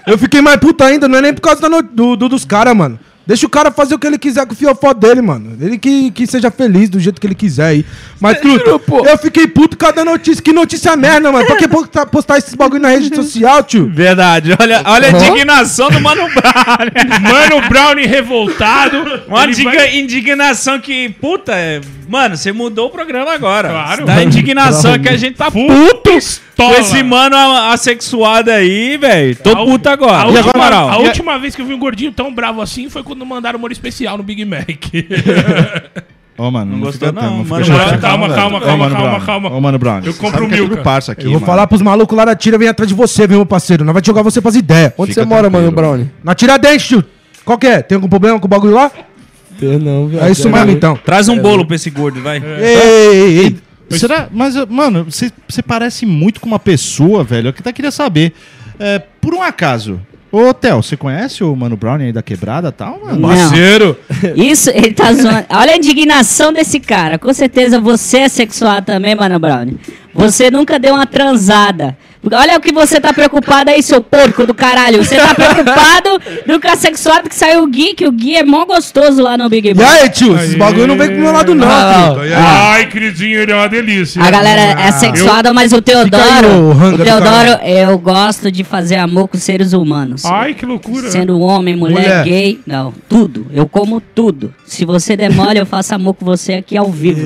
[SPEAKER 5] Eu fiquei mais puto ainda, não é nem por causa da no- do, do- dos caras, mano. Deixa o cara fazer o que ele quiser com o fiofó dele, mano. Ele que, que seja feliz do jeito que ele quiser aí. Mas, truta,
[SPEAKER 7] jurou, pô?
[SPEAKER 5] eu fiquei puto com cada notícia. Que notícia é merda, mano. Pra que postar, postar esses bagulho na rede social, tio?
[SPEAKER 2] Verdade, olha,
[SPEAKER 4] Uhum.
[SPEAKER 2] olha a indignação do Mano Brown.
[SPEAKER 4] Mano Brownie revoltado.
[SPEAKER 2] Uma
[SPEAKER 4] Ele
[SPEAKER 2] diga-
[SPEAKER 4] vai-
[SPEAKER 2] indignação que, puta, é- mano, você mudou o programa agora.
[SPEAKER 4] Claro.
[SPEAKER 2] Da indignação é que a gente tá puto com
[SPEAKER 4] Pistola.
[SPEAKER 2] esse mano a- assexuado aí, velho. Tô
[SPEAKER 4] A u-
[SPEAKER 2] puto agora.
[SPEAKER 4] A
[SPEAKER 2] E
[SPEAKER 4] última,
[SPEAKER 2] agora, moral?
[SPEAKER 4] a última vez que eu vi um gordinho tão bravo assim foi quando mandaram humor especial no Big Mac.
[SPEAKER 1] Ô, mano,
[SPEAKER 2] Não
[SPEAKER 1] não,
[SPEAKER 2] gostou,
[SPEAKER 1] fica
[SPEAKER 2] não,
[SPEAKER 1] tanto,
[SPEAKER 2] mano
[SPEAKER 1] fica
[SPEAKER 2] Brown,
[SPEAKER 1] chateado,
[SPEAKER 4] calma,
[SPEAKER 1] velho.
[SPEAKER 4] calma,
[SPEAKER 1] Ô,
[SPEAKER 4] calma,
[SPEAKER 1] mano
[SPEAKER 4] calma,
[SPEAKER 1] Brown,
[SPEAKER 4] calma.
[SPEAKER 1] Ô, mano, Brown.
[SPEAKER 4] Eu
[SPEAKER 1] você
[SPEAKER 4] compro
[SPEAKER 1] sabe
[SPEAKER 4] o
[SPEAKER 1] que é
[SPEAKER 4] Milka.
[SPEAKER 1] tudo parça aqui,
[SPEAKER 5] Eu vou
[SPEAKER 1] mano.
[SPEAKER 5] falar pros malucos lá da tira, vem atrás de você, viu, meu parceiro? Nós vai jogar você pras ideias.
[SPEAKER 7] Onde
[SPEAKER 1] Fica
[SPEAKER 7] você mora,
[SPEAKER 1] tranquilo.
[SPEAKER 7] mano, Brownie?
[SPEAKER 5] Na Tiradentes, tio. Qual que é? Tem algum problema com o bagulho lá?
[SPEAKER 7] Não, velho.
[SPEAKER 5] É isso mesmo, então.
[SPEAKER 2] Traz um bolo pra esse gordo, vai.
[SPEAKER 4] É.
[SPEAKER 5] Ei, ei, ei.
[SPEAKER 1] Será? Mas, mano, você você parece muito com uma pessoa, velho. Eu até queria saber. é, por um acaso. Ô, Theo, você conhece o Mano Brown aí da quebrada e tal, mano?
[SPEAKER 4] Parceiro.
[SPEAKER 3] Isso, ele tá zoando. Olha a indignação desse cara. Com certeza você é sexual também, Mano Brown. Você nunca deu uma transada. Olha o que você tá preocupado aí, seu porco do caralho. Você tá preocupado do que a sexuada que saiu o Gui, que o Gui é mó gostoso lá no Big
[SPEAKER 5] E
[SPEAKER 3] Brother.
[SPEAKER 5] aí, tio? Esses
[SPEAKER 4] Aê.
[SPEAKER 5] bagulho não vem pro meu lado, não,
[SPEAKER 3] Ah,
[SPEAKER 5] tio.
[SPEAKER 4] Ai, queridinho, ele é uma delícia.
[SPEAKER 3] A galera é sexuada, mas o
[SPEAKER 5] Ah, Fica aí, ô,
[SPEAKER 3] Teodoro.
[SPEAKER 5] Ranga
[SPEAKER 3] o
[SPEAKER 5] do
[SPEAKER 3] Teodoro, eu gosto de fazer amor com seres humanos.
[SPEAKER 4] Ai, que loucura.
[SPEAKER 3] Sendo homem, mulher,
[SPEAKER 5] Ah, Mulher.
[SPEAKER 3] gay, não, tudo. Eu como tudo. Se você demora, eu faço amor com você aqui ao vivo.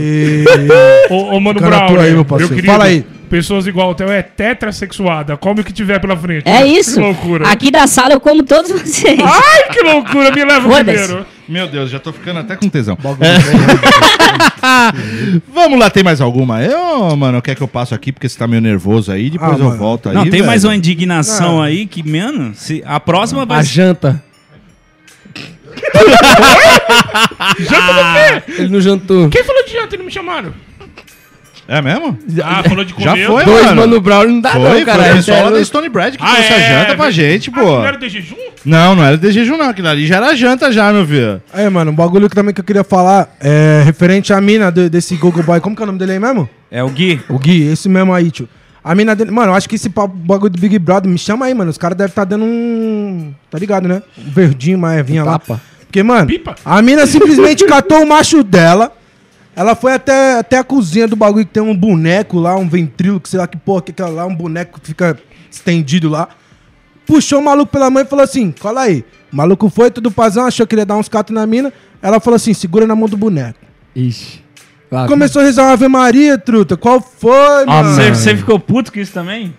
[SPEAKER 4] Ô, ô, Mano
[SPEAKER 5] Fica na
[SPEAKER 4] Brown,
[SPEAKER 5] tua aí,
[SPEAKER 4] meu
[SPEAKER 5] meu parceiro.
[SPEAKER 4] querido,
[SPEAKER 5] Fala aí.
[SPEAKER 4] Pessoas igual o Theo é tetrasexuada. Come o que tiver pela frente.
[SPEAKER 3] É isso.
[SPEAKER 4] Que loucura. Ah!
[SPEAKER 3] Aqui da sala eu como todos vocês.
[SPEAKER 4] Ai, que loucura. Me leva
[SPEAKER 3] Foda-se.
[SPEAKER 4] primeiro.
[SPEAKER 1] Meu Deus, já tô ficando até com tesão. É. Vamos lá, tem mais alguma? Eu, mano, quer que eu passo aqui porque você tá meio nervoso aí, depois
[SPEAKER 5] Ah,
[SPEAKER 1] eu
[SPEAKER 5] mano.
[SPEAKER 1] volto aí.
[SPEAKER 2] Não, tem
[SPEAKER 1] velho.
[SPEAKER 2] mais uma
[SPEAKER 4] um
[SPEAKER 2] indignação aí que, mano, se, a próxima vai
[SPEAKER 7] A
[SPEAKER 2] ser.
[SPEAKER 7] janta. janta do quê? Ele não jantou.
[SPEAKER 4] Quem falou de janta e não me chamaram?
[SPEAKER 1] É mesmo?
[SPEAKER 4] Ah, falou de
[SPEAKER 1] Já
[SPEAKER 4] comer.
[SPEAKER 1] foi,
[SPEAKER 7] Dois,
[SPEAKER 1] mano.
[SPEAKER 7] mano, Brown não dá
[SPEAKER 1] Foi,
[SPEAKER 7] não,
[SPEAKER 1] foi
[SPEAKER 7] cara. É
[SPEAKER 1] o pessoal lá
[SPEAKER 7] Sério.
[SPEAKER 1] da Stone Bread que
[SPEAKER 4] é Ah,
[SPEAKER 1] trouxe a
[SPEAKER 4] é,
[SPEAKER 1] janta pra
[SPEAKER 4] verdade.
[SPEAKER 1] gente,
[SPEAKER 4] Ah,
[SPEAKER 1] pô.
[SPEAKER 4] não era de jejum?
[SPEAKER 1] Não, não era de jejum, não. Aquilo ali já era janta, já, meu filho.
[SPEAKER 5] É, mano, um bagulho que também que eu queria falar é referente à mina do- desse Google Boy. Como que é o nome dele aí mesmo?
[SPEAKER 2] É o Gui.
[SPEAKER 5] O Gui, esse mesmo aí, tio. A mina dele. Mano, eu acho que esse papo- bagulho do Big Brother me chama aí, mano. Os caras devem estar dando um. Tá ligado, né? Um verdinho, uma ervinha lá.
[SPEAKER 7] Tapa.
[SPEAKER 5] Porque, mano,
[SPEAKER 4] Pipa.
[SPEAKER 5] a mina simplesmente catou o macho dela. Ela foi até, até a cozinha do bagulho que tem um boneco lá, um ventríloco, sei lá que porra que é lá, um boneco que fica estendido lá. Puxou o maluco pela mãe e falou assim: cola aí. O maluco foi, tudo pazão, achou que ele ia dar uns catos na mina. Ela falou assim: segura na mão do boneco.
[SPEAKER 7] Ixi. Lá,
[SPEAKER 5] Começou a rezar uma Ave Maria, truta. Qual foi, mano?
[SPEAKER 2] Você você ficou puto com isso também?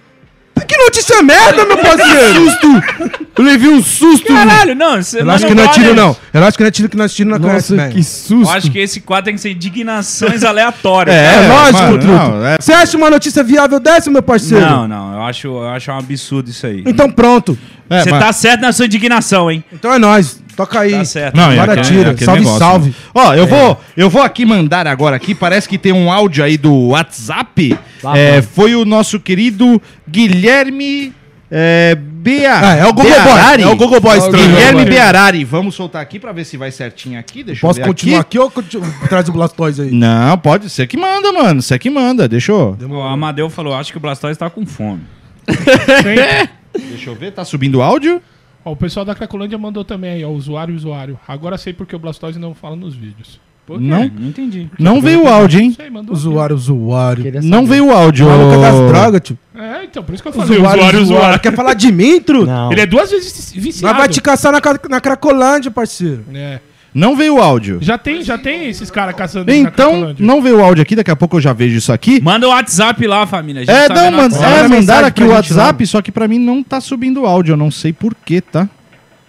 [SPEAKER 5] Que notícia merda, meu parceiro! susto!
[SPEAKER 7] Eu levei um susto.
[SPEAKER 2] Caralho, não. Você
[SPEAKER 5] Relaxa que não é tiro, não. Relaxa que não é tiro que nós tiro na conhece,
[SPEAKER 7] Nossa,
[SPEAKER 5] velho.
[SPEAKER 7] que
[SPEAKER 2] Eu
[SPEAKER 7] susto.
[SPEAKER 2] acho que esse quadro tem que ser indignações aleatórias. tá?
[SPEAKER 5] É, lógico,
[SPEAKER 1] mano, não, é-
[SPEAKER 5] truta. Você acha uma notícia viável dessa, meu parceiro?
[SPEAKER 2] Não, não. Eu acho, eu acho um absurdo isso aí.
[SPEAKER 5] Então pronto.
[SPEAKER 1] É,
[SPEAKER 2] Você
[SPEAKER 1] mas-
[SPEAKER 2] tá certo na sua indignação, hein?
[SPEAKER 5] Então é nóis. Toca aí.
[SPEAKER 2] Tá certo.
[SPEAKER 1] Não, é
[SPEAKER 5] Bora,
[SPEAKER 1] aquele-
[SPEAKER 5] tira.
[SPEAKER 1] é aquele
[SPEAKER 5] Salve,
[SPEAKER 1] negócio,
[SPEAKER 5] salve. É.
[SPEAKER 1] né? Ó, eu, vou, eu vou aqui mandar agora aqui, parece que tem um áudio aí do WhatsApp. É, foi o nosso querido Guilherme é, Bea,
[SPEAKER 5] Ah, é o Gogo Boy.
[SPEAKER 1] Bearari.
[SPEAKER 5] É o Gogo Boy estranho.
[SPEAKER 1] Guilherme
[SPEAKER 5] Agora.
[SPEAKER 1] Bearari. Vamos soltar aqui pra ver se vai certinho aqui. Deixa
[SPEAKER 5] Posso
[SPEAKER 1] eu ver
[SPEAKER 5] continuar aqui, ou continu... traz o Blastoise aí?
[SPEAKER 1] Não, pode. Você que manda, mano. Você que manda. Deixa eu...
[SPEAKER 2] O Amadeu falou, acho que o Blastoise tá com fome.
[SPEAKER 4] Tem.
[SPEAKER 1] Deixa eu ver. Tá subindo o áudio?
[SPEAKER 4] Ó, o pessoal da Cracolândia mandou também aí, ó. Usuário, usuário. Agora sei porque o Blastoise não fala nos vídeos.
[SPEAKER 2] Por quê?
[SPEAKER 1] Não.
[SPEAKER 2] Não entendi.
[SPEAKER 1] Não veio o áudio, hein?
[SPEAKER 4] Isso aí, mandou.
[SPEAKER 5] Usuário, usuário.
[SPEAKER 7] Queria
[SPEAKER 1] Não
[SPEAKER 7] saber.
[SPEAKER 1] veio o áudio.
[SPEAKER 5] Maluca das drogas, tio.
[SPEAKER 4] É, então, por isso que eu falei. Usuário, usuário.
[SPEAKER 5] Quer falar de mim, truta?
[SPEAKER 7] Não.
[SPEAKER 4] Ele é duas vezes viciado.
[SPEAKER 5] Nós vai te caçar na, ca- na Cracolândia, parceiro.
[SPEAKER 4] É.
[SPEAKER 1] Não veio o áudio.
[SPEAKER 4] Já tem, já tem esses caras caçando na
[SPEAKER 1] Então,
[SPEAKER 4] Cracolândia.
[SPEAKER 1] não veio o áudio aqui. Daqui a pouco eu já vejo isso aqui.
[SPEAKER 2] Manda o WhatsApp lá, família. a gente
[SPEAKER 1] É,
[SPEAKER 2] tá
[SPEAKER 1] não,
[SPEAKER 2] vendo a
[SPEAKER 1] mano,
[SPEAKER 2] foto.
[SPEAKER 5] Manda
[SPEAKER 1] é,
[SPEAKER 5] mensagem
[SPEAKER 1] mandaram aqui
[SPEAKER 5] pra
[SPEAKER 1] o
[SPEAKER 5] gente
[SPEAKER 1] WhatsApp, só que pra mim não tá subindo o áudio, eu não sei porquê, tá?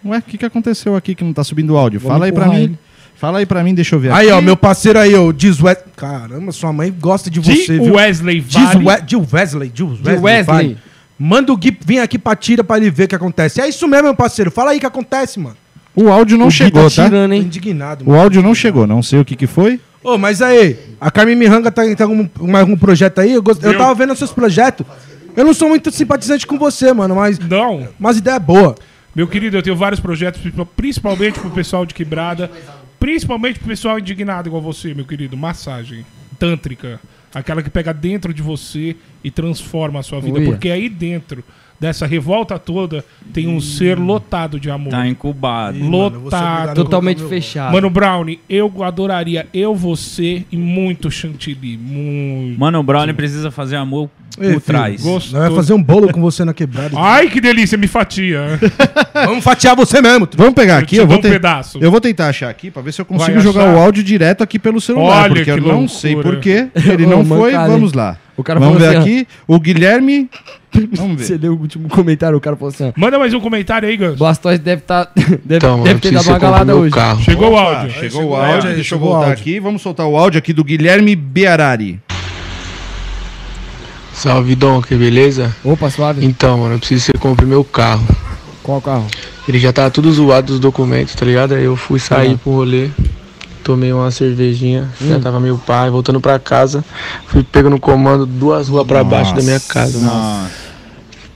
[SPEAKER 1] Ué, o que, que aconteceu aqui que não tá subindo o áudio? Fala aí pra
[SPEAKER 7] empurrar
[SPEAKER 1] mim.
[SPEAKER 7] ele.
[SPEAKER 1] Fala aí pra mim, deixa eu ver
[SPEAKER 5] Aí,
[SPEAKER 1] aqui.
[SPEAKER 5] ó, meu parceiro aí, ó, diz Wes- Caramba, sua mãe gosta
[SPEAKER 1] é
[SPEAKER 5] de você,
[SPEAKER 4] De
[SPEAKER 5] viu?
[SPEAKER 4] Wesley
[SPEAKER 5] Diz
[SPEAKER 4] Vale.
[SPEAKER 5] We- de Wesley, de Wesley.
[SPEAKER 7] Wesley.
[SPEAKER 5] vai. Manda o Gui vir aqui pra tira pra ele ver o que acontece. É isso mesmo, meu parceiro. Fala aí o que acontece, mano.
[SPEAKER 1] O áudio não chegou,
[SPEAKER 7] tá
[SPEAKER 1] tá?
[SPEAKER 7] tirando,
[SPEAKER 5] Tô
[SPEAKER 7] hein?
[SPEAKER 5] indignado,
[SPEAKER 1] O
[SPEAKER 5] mano.
[SPEAKER 1] áudio não chegou, não sei o que que foi.
[SPEAKER 5] Ô, mas aí, a Carmen Miranga tá tá com um- mais algum projeto aí? Eu, gost- eu
[SPEAKER 4] Meu.
[SPEAKER 5] tava vendo os seus projetos. Eu não sou muito simpatizante com você, mano, mas é
[SPEAKER 4] Não.
[SPEAKER 5] umas ideias boas.
[SPEAKER 4] Meu querido, eu tenho vários projetos, principalmente pro pessoal de quebrada, principalmente pro pessoal indignado igual você, meu querido. Massagem tântrica, aquela que pega dentro de você e transforma a sua vida,
[SPEAKER 7] Uia.
[SPEAKER 4] porque aí dentro dessa revolta toda tem um ser lotado de amor.
[SPEAKER 2] Tá incubado.
[SPEAKER 4] Lotado.
[SPEAKER 7] Totalmente
[SPEAKER 1] Ah.
[SPEAKER 7] fechado.
[SPEAKER 4] Mano Brownie, eu adoraria eu, você e muito chantilly, muito.
[SPEAKER 2] Mano, o Brownie precisa fazer amor por
[SPEAKER 5] Ei, filho,
[SPEAKER 2] trás.
[SPEAKER 4] Gostoso.
[SPEAKER 5] Nós vamos fazer um bolo com você na quebrada.
[SPEAKER 4] Ai, que delícia, me fatia.
[SPEAKER 5] vamos fatiar você mesmo. tru-
[SPEAKER 1] Vamos pegar
[SPEAKER 4] Eu
[SPEAKER 1] aqui,
[SPEAKER 4] te
[SPEAKER 1] eu vou,
[SPEAKER 4] dou
[SPEAKER 1] te-
[SPEAKER 4] um pedaço.
[SPEAKER 1] eu vou tentar achar aqui pra ver se eu consigo
[SPEAKER 4] Vai
[SPEAKER 1] jogar
[SPEAKER 4] achar?
[SPEAKER 1] o áudio direto aqui pelo celular,
[SPEAKER 4] Olha
[SPEAKER 1] porque eu
[SPEAKER 4] que
[SPEAKER 1] não sei
[SPEAKER 4] loucura.
[SPEAKER 1] porquê. Ele
[SPEAKER 7] Ô,
[SPEAKER 1] não
[SPEAKER 7] mano,
[SPEAKER 1] foi,
[SPEAKER 7] cara,
[SPEAKER 1] vamos lá.
[SPEAKER 6] O cara
[SPEAKER 1] Vamos
[SPEAKER 6] falou
[SPEAKER 1] ver
[SPEAKER 6] assim, ó,
[SPEAKER 1] aqui. O Guilherme. Vamos
[SPEAKER 6] Você
[SPEAKER 1] ver.
[SPEAKER 6] leu o último comentário, o cara falou assim, ó.
[SPEAKER 4] Manda mais um comentário aí, Ganso.
[SPEAKER 6] Blastoise deve, tá, deve,
[SPEAKER 8] Então,
[SPEAKER 6] deve ter
[SPEAKER 8] eu preciso
[SPEAKER 6] dado uma
[SPEAKER 8] comprar
[SPEAKER 6] galada
[SPEAKER 8] meu
[SPEAKER 6] hoje.
[SPEAKER 8] Carro.
[SPEAKER 4] Chegou o áudio.
[SPEAKER 1] Chegou o áudio,
[SPEAKER 5] aí,
[SPEAKER 1] deixa eu
[SPEAKER 5] chegou o
[SPEAKER 1] voltar
[SPEAKER 5] áudio.
[SPEAKER 1] aqui. Vamos soltar o áudio aqui do Guilherme Bearari.
[SPEAKER 8] Salve, Dom, que beleza?
[SPEAKER 6] Opa, suave.
[SPEAKER 8] Então, mano, eu preciso que você compre meu carro.
[SPEAKER 6] Qual carro?
[SPEAKER 8] Ele já tá tudo zoado os documentos, tá ligado? Aí eu fui sair pro rolê, tomei uma cervejinha,
[SPEAKER 6] Hum.
[SPEAKER 8] já tava meio pai, voltando pra casa, fui pego no comando duas ruas pra baixo da minha casa. mano.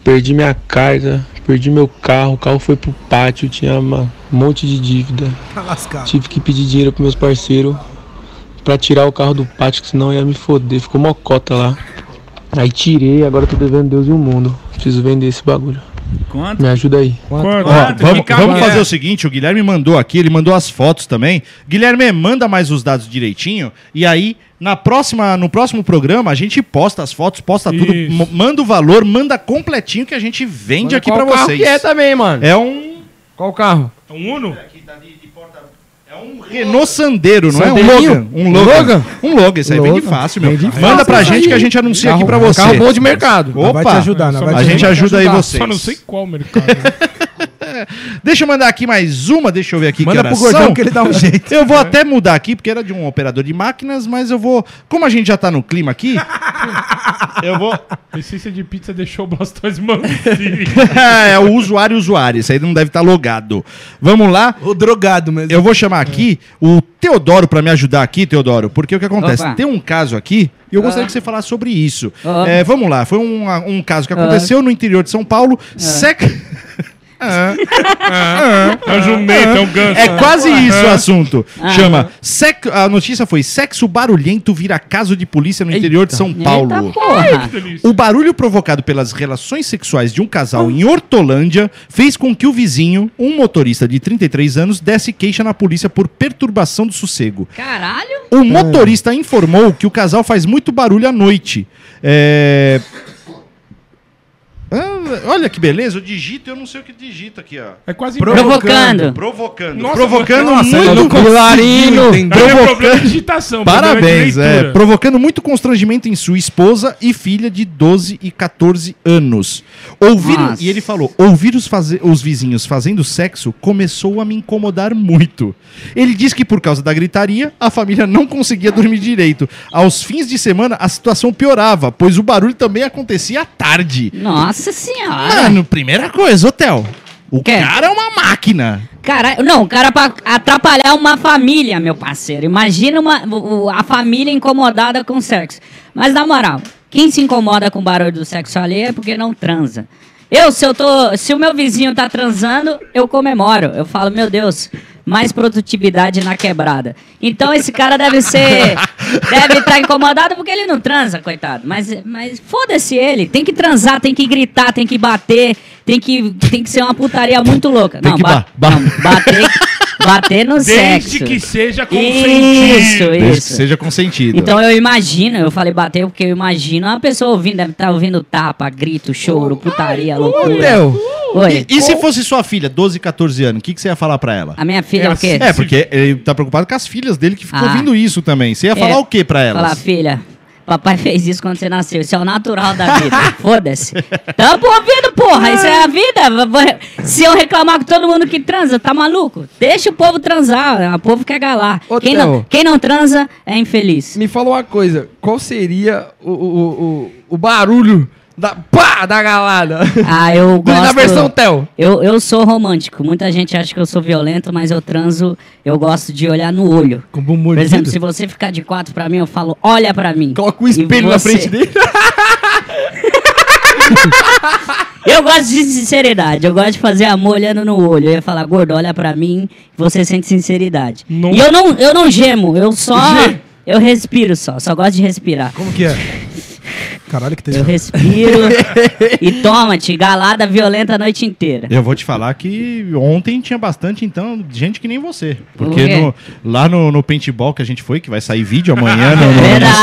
[SPEAKER 8] Perdi minha carga, perdi meu carro, o carro foi pro pátio, tinha uma- um monte de dívida.
[SPEAKER 5] Tá lascado.
[SPEAKER 8] Tive que pedir dinheiro pros meus parceiros pra tirar o carro do pátio, que senão ia me foder. Ficou mocota lá. Aí tirei, agora tô devendo Deus e o mundo. Preciso vender esse bagulho.
[SPEAKER 2] Quanto?
[SPEAKER 8] Me ajuda aí.
[SPEAKER 4] Quanto?
[SPEAKER 1] Ó,
[SPEAKER 2] Quanto?
[SPEAKER 1] vamos
[SPEAKER 2] Que carro
[SPEAKER 1] vamos
[SPEAKER 2] que é?
[SPEAKER 1] fazer o seguinte: o Guilherme mandou aqui, ele mandou as fotos também. Guilherme, manda mais os dados direitinho. E aí, na próxima, no próximo programa, a gente posta as fotos, posta tudo,
[SPEAKER 4] Isso.
[SPEAKER 1] m- manda o valor, manda completinho que a gente vende aqui pra
[SPEAKER 7] Qual carro
[SPEAKER 1] vocês.
[SPEAKER 7] que é também, mano?
[SPEAKER 1] É um.
[SPEAKER 6] Qual carro?
[SPEAKER 4] Um Uno?
[SPEAKER 1] Renault Sandeiro, não é? Um
[SPEAKER 6] Sandeirinho?
[SPEAKER 1] Logan. Um Logan.
[SPEAKER 6] Logan?
[SPEAKER 1] Um Logan, isso aí vende
[SPEAKER 6] Logan.
[SPEAKER 1] fácil, meu.
[SPEAKER 6] Vende fácil
[SPEAKER 1] Manda pra
[SPEAKER 6] isso
[SPEAKER 1] gente
[SPEAKER 6] aí.
[SPEAKER 1] que a gente anuncia aqui pra você.
[SPEAKER 7] Carro bom de mercado.
[SPEAKER 1] Opa!
[SPEAKER 5] Vai te ajudar, né?
[SPEAKER 4] Só um.
[SPEAKER 5] Vai
[SPEAKER 1] A
[SPEAKER 5] te
[SPEAKER 1] gente ajuda
[SPEAKER 5] ajudar.
[SPEAKER 1] aí vocês.
[SPEAKER 4] Só não sei qual mercado. né?
[SPEAKER 1] Deixa eu mandar aqui mais uma, deixa eu ver aqui
[SPEAKER 5] Manda
[SPEAKER 1] que
[SPEAKER 5] pro
[SPEAKER 1] horas
[SPEAKER 5] gordão
[SPEAKER 1] são.
[SPEAKER 5] que ele dá um jeito.
[SPEAKER 1] Eu vou até mudar aqui, porque era de um operador de máquinas, mas eu vou. Como a gente já tá no clima aqui, eu vou.
[SPEAKER 4] Essência de pizza deixou o Blastoise mancini.
[SPEAKER 1] é o usuário usuário, isso aí não deve estar logado. Vamos lá.
[SPEAKER 5] O drogado mesmo.
[SPEAKER 1] Eu vou chamar aqui o Teodoro pra me ajudar aqui, Teodoro, porque o que acontece?
[SPEAKER 3] Opa.
[SPEAKER 1] Tem um caso aqui e eu gostaria que você falasse sobre isso.
[SPEAKER 3] Ah.
[SPEAKER 1] É, vamos lá, foi um, um caso que aconteceu no interior de São Paulo.
[SPEAKER 3] Ah.
[SPEAKER 1] Seca.
[SPEAKER 4] É um jumento, é um ganso.
[SPEAKER 1] É quase isso o assunto.
[SPEAKER 3] Ah.
[SPEAKER 1] Chama. sec- A notícia foi: sexo barulhento vira caso de polícia no interior de São Paulo.
[SPEAKER 3] Eita porra.
[SPEAKER 4] Delícia.
[SPEAKER 1] O barulho provocado pelas relações sexuais de um casal em Hortolândia fez com que o vizinho, um motorista de 33 anos, desse queixa na polícia por perturbação do sossego.
[SPEAKER 3] Caralho.
[SPEAKER 1] O motorista informou que o casal faz muito barulho à noite. É. Ah, olha que beleza, eu digito e eu não sei o que digito aqui, ó.
[SPEAKER 4] É quase
[SPEAKER 3] Provocando.
[SPEAKER 1] Provocando.
[SPEAKER 4] Nossa,
[SPEAKER 1] provocando
[SPEAKER 5] eu não
[SPEAKER 1] muito.
[SPEAKER 5] consigo entender.
[SPEAKER 4] Não é
[SPEAKER 1] Provocando.
[SPEAKER 4] problema de digitação. problema
[SPEAKER 1] Parabéns,
[SPEAKER 4] de
[SPEAKER 1] é.
[SPEAKER 4] leitura.
[SPEAKER 1] Provocando muito constrangimento em sua esposa e filha de 12 e 14 anos. Ouvir,
[SPEAKER 3] Nossa.
[SPEAKER 1] e ele falou: ouvir os, faze- os vizinhos fazendo sexo começou a me incomodar muito. Ele diz que por causa da gritaria, a família não conseguia dormir direito. Aos fins de semana, a situação piorava, pois o barulho também acontecia à tarde.
[SPEAKER 3] Nossa senhora.
[SPEAKER 1] Mano, primeira coisa, hotel. O
[SPEAKER 3] Ah, é? Quer?
[SPEAKER 1] cara é uma máquina.
[SPEAKER 3] Caralho. Não, o cara pra atrapalhar uma família, meu parceiro. Imagina uma, o- o- a família incomodada com sexo. Mas na moral, quem se incomoda com o barulho do sexo alheio é porque não transa. Eu, se eu tô. Se o meu vizinho tá transando, eu comemoro. Eu falo, meu Deus, mais produtividade na quebrada. Então esse cara deve ser. deve estar incomodado porque ele não transa, coitado. Mas, mas foda-se ele. Tem que transar, tem que gritar, tem que bater, tem que, tem que ser uma putaria muito louca.
[SPEAKER 1] Tem
[SPEAKER 3] não,
[SPEAKER 1] que
[SPEAKER 3] ba-
[SPEAKER 1] ba- ba-
[SPEAKER 3] não, bater. Bater no
[SPEAKER 4] Desde
[SPEAKER 3] sexo.
[SPEAKER 4] que seja consentido.
[SPEAKER 3] Isso,
[SPEAKER 1] Desde que
[SPEAKER 3] isso.
[SPEAKER 1] seja consentido.
[SPEAKER 3] Então eu imagino, eu falei bater porque eu imagino uma pessoa ouvindo, deve estar ouvindo tapa, grito, choro, putaria, loucura.
[SPEAKER 6] Meu,
[SPEAKER 3] Oi,
[SPEAKER 1] E, e se fosse sua filha, 12, 14 anos, o que, que você ia falar pra ela?
[SPEAKER 3] a minha filha é o quê?
[SPEAKER 1] É, porque ele tá preocupado com as filhas dele que ficam
[SPEAKER 3] Ah.
[SPEAKER 1] ouvindo isso também. Você ia falar
[SPEAKER 3] É.
[SPEAKER 1] o que pra elas?
[SPEAKER 3] Falar, filha, papai fez isso quando você nasceu, isso é o natural da vida, foda-se. Tampa o ouvido, porra, isso é a vida. Vou- Se eu reclamar com todo mundo que transa, tá maluco? Deixa o povo transar, o povo quer galar.
[SPEAKER 6] Ô,
[SPEAKER 3] Quem não,
[SPEAKER 6] Theo.
[SPEAKER 3] quem não transa é infeliz.
[SPEAKER 6] me fala uma coisa. Qual seria o, o, o, o barulho da pá da galada?
[SPEAKER 3] Ah, eu
[SPEAKER 6] Na
[SPEAKER 3] gosto...
[SPEAKER 6] versão Theo.
[SPEAKER 3] Eu, eu sou romântico. Muita gente acha que eu sou violento, mas eu transo, eu gosto de olhar no olho.
[SPEAKER 5] Com um
[SPEAKER 3] Por
[SPEAKER 5] mordido.
[SPEAKER 3] exemplo, se você ficar de quatro pra mim, eu falo, olha pra mim.
[SPEAKER 6] Coloca um
[SPEAKER 3] E
[SPEAKER 6] espelho na
[SPEAKER 3] você-
[SPEAKER 6] frente dele.
[SPEAKER 3] Eu gosto de sinceridade, eu gosto de fazer amor olhando no olho. Eu ia falar, gordo, olha pra mim, você sente sinceridade. E eu não, eu não gemo, eu só. Eu respiro só, só gosto de respirar.
[SPEAKER 5] Como que é? Caralho, que tem.
[SPEAKER 6] assim?
[SPEAKER 3] Eu respiro e toma-te, galada violenta a noite inteira.
[SPEAKER 1] Eu vou te falar que ontem tinha bastante, então, gente que nem você.
[SPEAKER 3] Por
[SPEAKER 1] Porque
[SPEAKER 3] quê?
[SPEAKER 1] no- lá no, no paintball que a gente foi, que vai sair vídeo amanhã no, no- no seu
[SPEAKER 3] Verdade,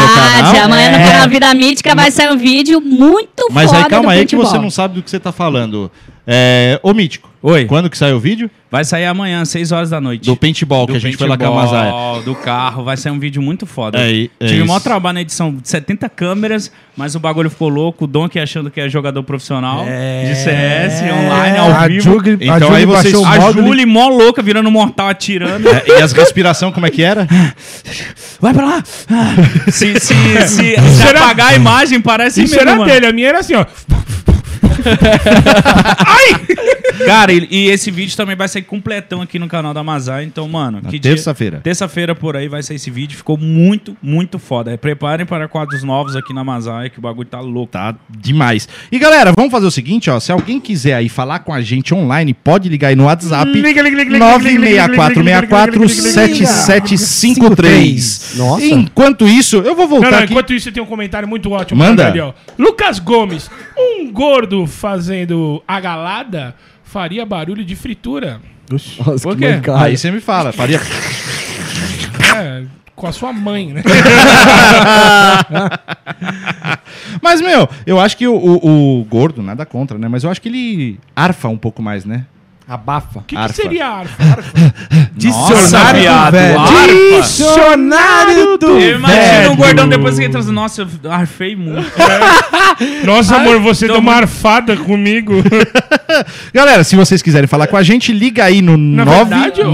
[SPEAKER 1] canal.
[SPEAKER 3] amanhã
[SPEAKER 1] É.
[SPEAKER 3] no canal Vida Mítica vai sair um vídeo muito
[SPEAKER 1] Mas
[SPEAKER 3] foda
[SPEAKER 1] aí calma
[SPEAKER 3] do
[SPEAKER 1] aí que
[SPEAKER 3] futebol.
[SPEAKER 1] você não sabe do que você tá falando. É, ô Mítico,
[SPEAKER 2] Oi.
[SPEAKER 1] Quando que sai o vídeo?
[SPEAKER 2] Vai sair amanhã, 6 horas da noite.
[SPEAKER 1] Do paintball, que a gente foi lá com a Mazaia.
[SPEAKER 2] paintball, Do carro, vai ser um vídeo muito foda.
[SPEAKER 1] É, e- é
[SPEAKER 2] Tive o maior
[SPEAKER 1] isso.
[SPEAKER 2] trabalho na edição, 70 câmeras, mas o bagulho ficou louco. O Donkey achando que é jogador profissional de CS, É, online, ao
[SPEAKER 5] a
[SPEAKER 2] vivo.
[SPEAKER 5] Jug,
[SPEAKER 1] Então
[SPEAKER 5] a Jug
[SPEAKER 1] aí vocês-
[SPEAKER 5] baixou o
[SPEAKER 1] a
[SPEAKER 2] A
[SPEAKER 5] módulo.
[SPEAKER 2] Julie mó louca, virando mortal, atirando.
[SPEAKER 1] É, E as respiração como é que era?
[SPEAKER 2] Vai pra lá!
[SPEAKER 1] É.
[SPEAKER 2] Ah, Se, se, se, se
[SPEAKER 4] Será-
[SPEAKER 2] apagar a imagem, parece
[SPEAKER 4] Isso
[SPEAKER 2] mesmo,
[SPEAKER 4] era
[SPEAKER 2] mano.
[SPEAKER 4] dele, a minha era assim, ó.
[SPEAKER 2] Cara, e, e esse vídeo também vai sair completão aqui no canal da Mazar. Então, mano,
[SPEAKER 1] Na
[SPEAKER 2] que dia-
[SPEAKER 1] terça-feira.
[SPEAKER 2] Terça-feira por aí vai sair esse vídeo. Ficou muito, muito foda. É, Preparem para quadros novos aqui na Mazai, que o bagulho tá louco.
[SPEAKER 1] Tá demais. E galera, vamos fazer o seguinte, ó. Se alguém quiser aí falar com a gente online, pode ligar aí no WhatsApp.
[SPEAKER 4] Liga, liga, liga, liga, liga, liga, liga, liga, liga, liga, liga, liga, liga.
[SPEAKER 1] 964-647753.
[SPEAKER 5] Nossa.
[SPEAKER 1] Enquanto isso, eu vou voltar
[SPEAKER 4] Não, não,
[SPEAKER 1] aqui.
[SPEAKER 4] enquanto isso, tem um comentário muito ótimo.
[SPEAKER 1] Manda.
[SPEAKER 4] pra Daniel. Lucas Gomes, um gordo fazendo a galada faria barulho de fritura.
[SPEAKER 6] Nossa,
[SPEAKER 4] Por
[SPEAKER 6] que
[SPEAKER 4] quê?
[SPEAKER 6] mancada.
[SPEAKER 1] Aí você me fala. Faria...
[SPEAKER 4] É, com a sua mãe, né?
[SPEAKER 1] Mas, meu, eu acho que o, o- o gordo, nada contra, né? Mas eu acho que ele arfa um pouco mais, né?
[SPEAKER 6] Abafa.
[SPEAKER 4] O que, que
[SPEAKER 1] Arfa.
[SPEAKER 4] seria arfa?
[SPEAKER 1] Nossa,
[SPEAKER 5] Dicionário do
[SPEAKER 1] viado,
[SPEAKER 5] velho. Dicionário do
[SPEAKER 2] Eu imagino
[SPEAKER 5] velho.
[SPEAKER 2] um gordão depois que ele transa. Nossa, eu arfei muito.
[SPEAKER 4] Nossa, amor, você
[SPEAKER 2] tô
[SPEAKER 4] deu uma arfada comigo.
[SPEAKER 1] Galera, se vocês quiserem falar com a gente, liga aí no
[SPEAKER 4] Na verdade, eu-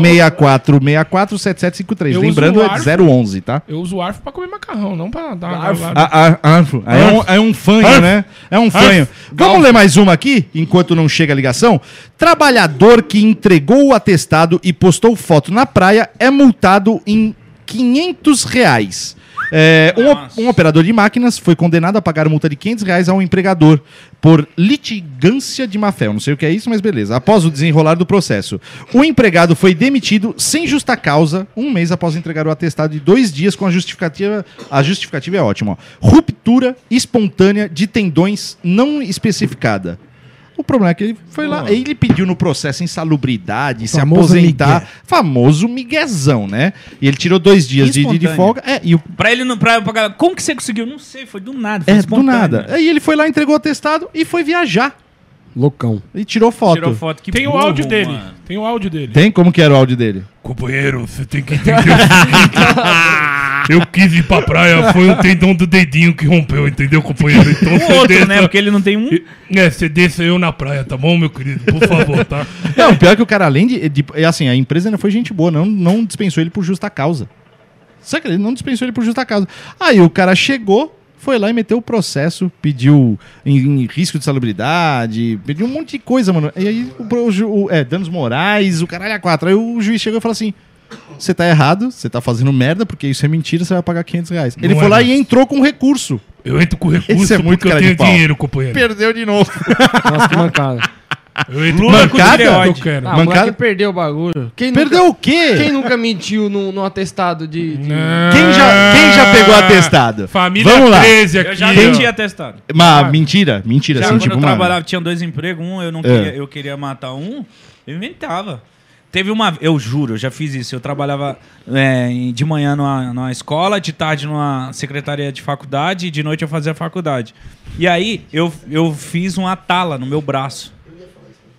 [SPEAKER 1] 964-647753.
[SPEAKER 4] Eu
[SPEAKER 1] Lembrando,
[SPEAKER 4] uso o arfo.
[SPEAKER 1] é 011, tá?
[SPEAKER 4] Eu uso arfo pra comer macarrão, não pra dar uma
[SPEAKER 6] Arfo.
[SPEAKER 4] galada.
[SPEAKER 1] A- a- Arfo. Aí É um, é um fanho,
[SPEAKER 4] Arfo.
[SPEAKER 1] né? É um fanho. Vamos ler mais uma aqui, enquanto não chega a ligação? Trabalhador que entregou o atestado e postou foto na praia é multado em 500 reais. É, um, op-
[SPEAKER 2] Nossa.
[SPEAKER 1] um operador de máquinas foi condenado a pagar multa de 500 reais a um empregador por litigância de má fé. Eu não sei o que é isso, mas beleza. Após o desenrolar do processo, o empregado foi demitido sem justa causa um mês após entregar o atestado de dois dias com a justificativa. A justificativa é ótima. ó. Ruptura espontânea de tendões não especificada. O problema é que ele foi lá, ele pediu no processo insalubridade, se
[SPEAKER 5] Famoso
[SPEAKER 1] aposentar,
[SPEAKER 5] migué.
[SPEAKER 1] famoso miguezão, né? E ele tirou dois dias de, de- de
[SPEAKER 2] Espontâneo.
[SPEAKER 1] folga, é, e o
[SPEAKER 2] Pra ele não. Pra, pra, galera, como que você conseguiu? Não sei, foi do nada. Foi
[SPEAKER 1] é, do
[SPEAKER 2] espontâneo.
[SPEAKER 1] nada. Aí ele foi lá, entregou o atestado e foi viajar.
[SPEAKER 6] Loucão.
[SPEAKER 1] E tirou É foto.
[SPEAKER 2] Tirou foto que
[SPEAKER 4] Tem o
[SPEAKER 2] burro,
[SPEAKER 4] áudio dele.
[SPEAKER 2] mano.
[SPEAKER 4] Tem o áudio dele.
[SPEAKER 1] Tem como que era o áudio dele?
[SPEAKER 4] Companheiro, você tem que entender. Eu quis ir pra praia, foi o tendão do dedinho que rompeu, entendeu, companheiro? Então
[SPEAKER 2] Um outro, né? Porque ele não tem um.
[SPEAKER 4] É, você desça eu na praia, tá bom, meu querido? Por favor, tá?
[SPEAKER 1] Não, pior que o cara, além de. de- é assim, a empresa ainda foi gente boa, não, não dispensou ele por justa causa. Sabe que ele não dispensou ele por justa causa. Aí o cara chegou, foi lá e meteu o processo, pediu em, em risco de salubridade, pediu um monte de coisa, mano. E aí o, pro- o ju- o- é, danos morais, o caralho a quatro. Aí o juiz chegou e falou assim: você tá errado, você tá fazendo merda, porque isso é mentira, você vai pagar 500 reais. Ele
[SPEAKER 4] Não
[SPEAKER 1] foi
[SPEAKER 4] é
[SPEAKER 1] lá
[SPEAKER 4] não.
[SPEAKER 1] e entrou com um recurso.
[SPEAKER 4] Eu entro com
[SPEAKER 1] Esse
[SPEAKER 4] recurso
[SPEAKER 1] é muito
[SPEAKER 4] porque eu
[SPEAKER 1] cara de
[SPEAKER 4] tenho
[SPEAKER 1] pau.
[SPEAKER 4] dinheiro, companheiro.
[SPEAKER 1] Perdeu de novo.
[SPEAKER 6] Nossa, que mancada.
[SPEAKER 4] Eu entro
[SPEAKER 2] Lula com
[SPEAKER 4] Mancada?
[SPEAKER 2] tireoide.
[SPEAKER 4] Eu quero.
[SPEAKER 6] Ah,
[SPEAKER 1] Mancada?
[SPEAKER 6] o moleque perdeu o bagulho. Quem
[SPEAKER 1] Perdeu o
[SPEAKER 6] Nunca,
[SPEAKER 1] quê?
[SPEAKER 6] quem nunca mentiu num, num atestado de... de-
[SPEAKER 1] Quem já, quem já pegou
[SPEAKER 2] Ah,
[SPEAKER 1] atestado?
[SPEAKER 4] Família
[SPEAKER 1] Vamos lá.
[SPEAKER 4] 13 aqui.
[SPEAKER 2] Eu já
[SPEAKER 4] ó.
[SPEAKER 2] não tinha testado.
[SPEAKER 1] Mas mentira, mentira,
[SPEAKER 2] Já
[SPEAKER 1] assim,
[SPEAKER 2] quando
[SPEAKER 1] tipo,
[SPEAKER 2] eu
[SPEAKER 1] mano.
[SPEAKER 2] trabalhava, tinha dois empregos, um eu não queria, eu queria matar um, eu inventava. Teve uma, eu juro, eu já fiz isso. Eu trabalhava é, em- de manhã numa, numa escola, de tarde numa secretaria de faculdade, e de noite eu fazia faculdade. E aí eu, eu fiz uma tala no meu braço.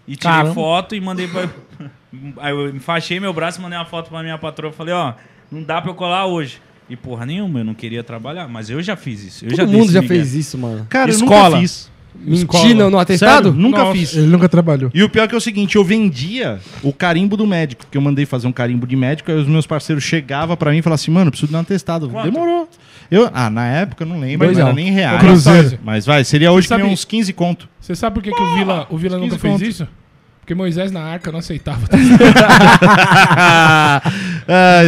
[SPEAKER 2] E tirei
[SPEAKER 6] Caramba.
[SPEAKER 2] foto e mandei pra. Aí eu enfaixei meu braço, mandei uma foto pra minha patroa. Falei, ó, não dá pra eu colar hoje. E porra nenhuma, eu não queria trabalhar, mas eu já fiz isso. Eu já
[SPEAKER 6] Todo
[SPEAKER 2] dei
[SPEAKER 6] mundo
[SPEAKER 2] esse
[SPEAKER 6] já
[SPEAKER 2] migué.
[SPEAKER 6] fez isso, mano.
[SPEAKER 1] Cara, eu
[SPEAKER 2] Escola.
[SPEAKER 1] nunca fiz.
[SPEAKER 6] Mentir no, no atestado?
[SPEAKER 1] Sério, nunca
[SPEAKER 4] Nossa.
[SPEAKER 1] fiz.
[SPEAKER 5] Ele nunca trabalhou.
[SPEAKER 1] E o pior que é o seguinte, eu vendia o carimbo do médico, porque eu mandei fazer um carimbo de médico, aí os meus parceiros chegavam pra mim e falavam assim, mano, preciso de um atestado. Demorou. Eu, ah, na época, eu não lembro,
[SPEAKER 6] Dois
[SPEAKER 1] não era
[SPEAKER 6] real.
[SPEAKER 1] nem reais.
[SPEAKER 4] Cruzeiro.
[SPEAKER 1] Mas vai, seria hoje que
[SPEAKER 4] Sabe-
[SPEAKER 1] nem uns 15 conto.
[SPEAKER 4] Você sabe por que, que o Vila, o Vila nunca
[SPEAKER 1] 15
[SPEAKER 4] fez
[SPEAKER 1] conto.
[SPEAKER 4] isso? Porque Moisés na arca não aceitava.
[SPEAKER 1] Ah,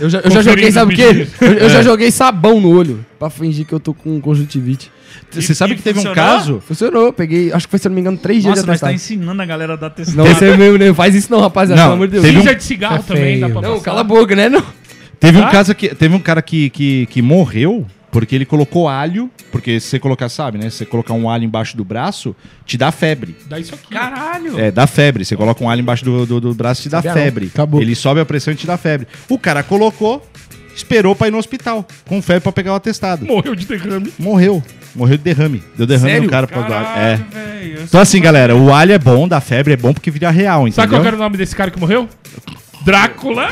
[SPEAKER 6] Eu já, eu já joguei,
[SPEAKER 4] Conferindo
[SPEAKER 6] sabe o quê?
[SPEAKER 4] pedido.
[SPEAKER 6] Eu, eu já joguei sabão no olho pra fingir que eu tô com um conjuntivite.
[SPEAKER 1] Você
[SPEAKER 2] E-
[SPEAKER 1] sabe
[SPEAKER 2] e
[SPEAKER 1] que teve um
[SPEAKER 2] funcionou?
[SPEAKER 1] caso?
[SPEAKER 6] Funcionou, eu peguei, acho que foi, se eu não me engano, três dias
[SPEAKER 2] Nossa,
[SPEAKER 6] de
[SPEAKER 2] mas tá
[SPEAKER 6] atestado.
[SPEAKER 2] ensinando a Tá. galera da testada.
[SPEAKER 6] Não,
[SPEAKER 7] é
[SPEAKER 6] você mesmo, né? Faz isso não, rapaziada,
[SPEAKER 1] Não,
[SPEAKER 6] pelo amor de Deus.
[SPEAKER 1] teve um-
[SPEAKER 4] Cinza de cigarro também, dá pra
[SPEAKER 6] Não,
[SPEAKER 4] passar.
[SPEAKER 6] cala a boca, né? Não.
[SPEAKER 1] Teve um
[SPEAKER 4] Ah?
[SPEAKER 1] caso que teve um cara que, que, que morreu porque ele colocou alho, porque se você colocar, sabe, né? Se você colocar um alho embaixo do braço, te dá febre.
[SPEAKER 4] Dá isso aqui.
[SPEAKER 2] Caralho!
[SPEAKER 1] É, dá febre. Você coloca um alho embaixo do, do, do braço e te dá febre.
[SPEAKER 5] Acabou.
[SPEAKER 1] Ele sobe a pressão e te dá febre. O cara colocou, esperou pra ir no hospital, com febre pra pegar o atestado.
[SPEAKER 4] Morreu de derrame.
[SPEAKER 1] Morreu. Morreu de derrame. Deu derrame no cara por causa do alho. É.
[SPEAKER 4] velho.
[SPEAKER 2] Ai, eu
[SPEAKER 1] Então assim, galera, o alho é bom, da febre é bom porque vira real, entendeu?
[SPEAKER 4] Sabe qual que era o nome desse cara que morreu? Drácula.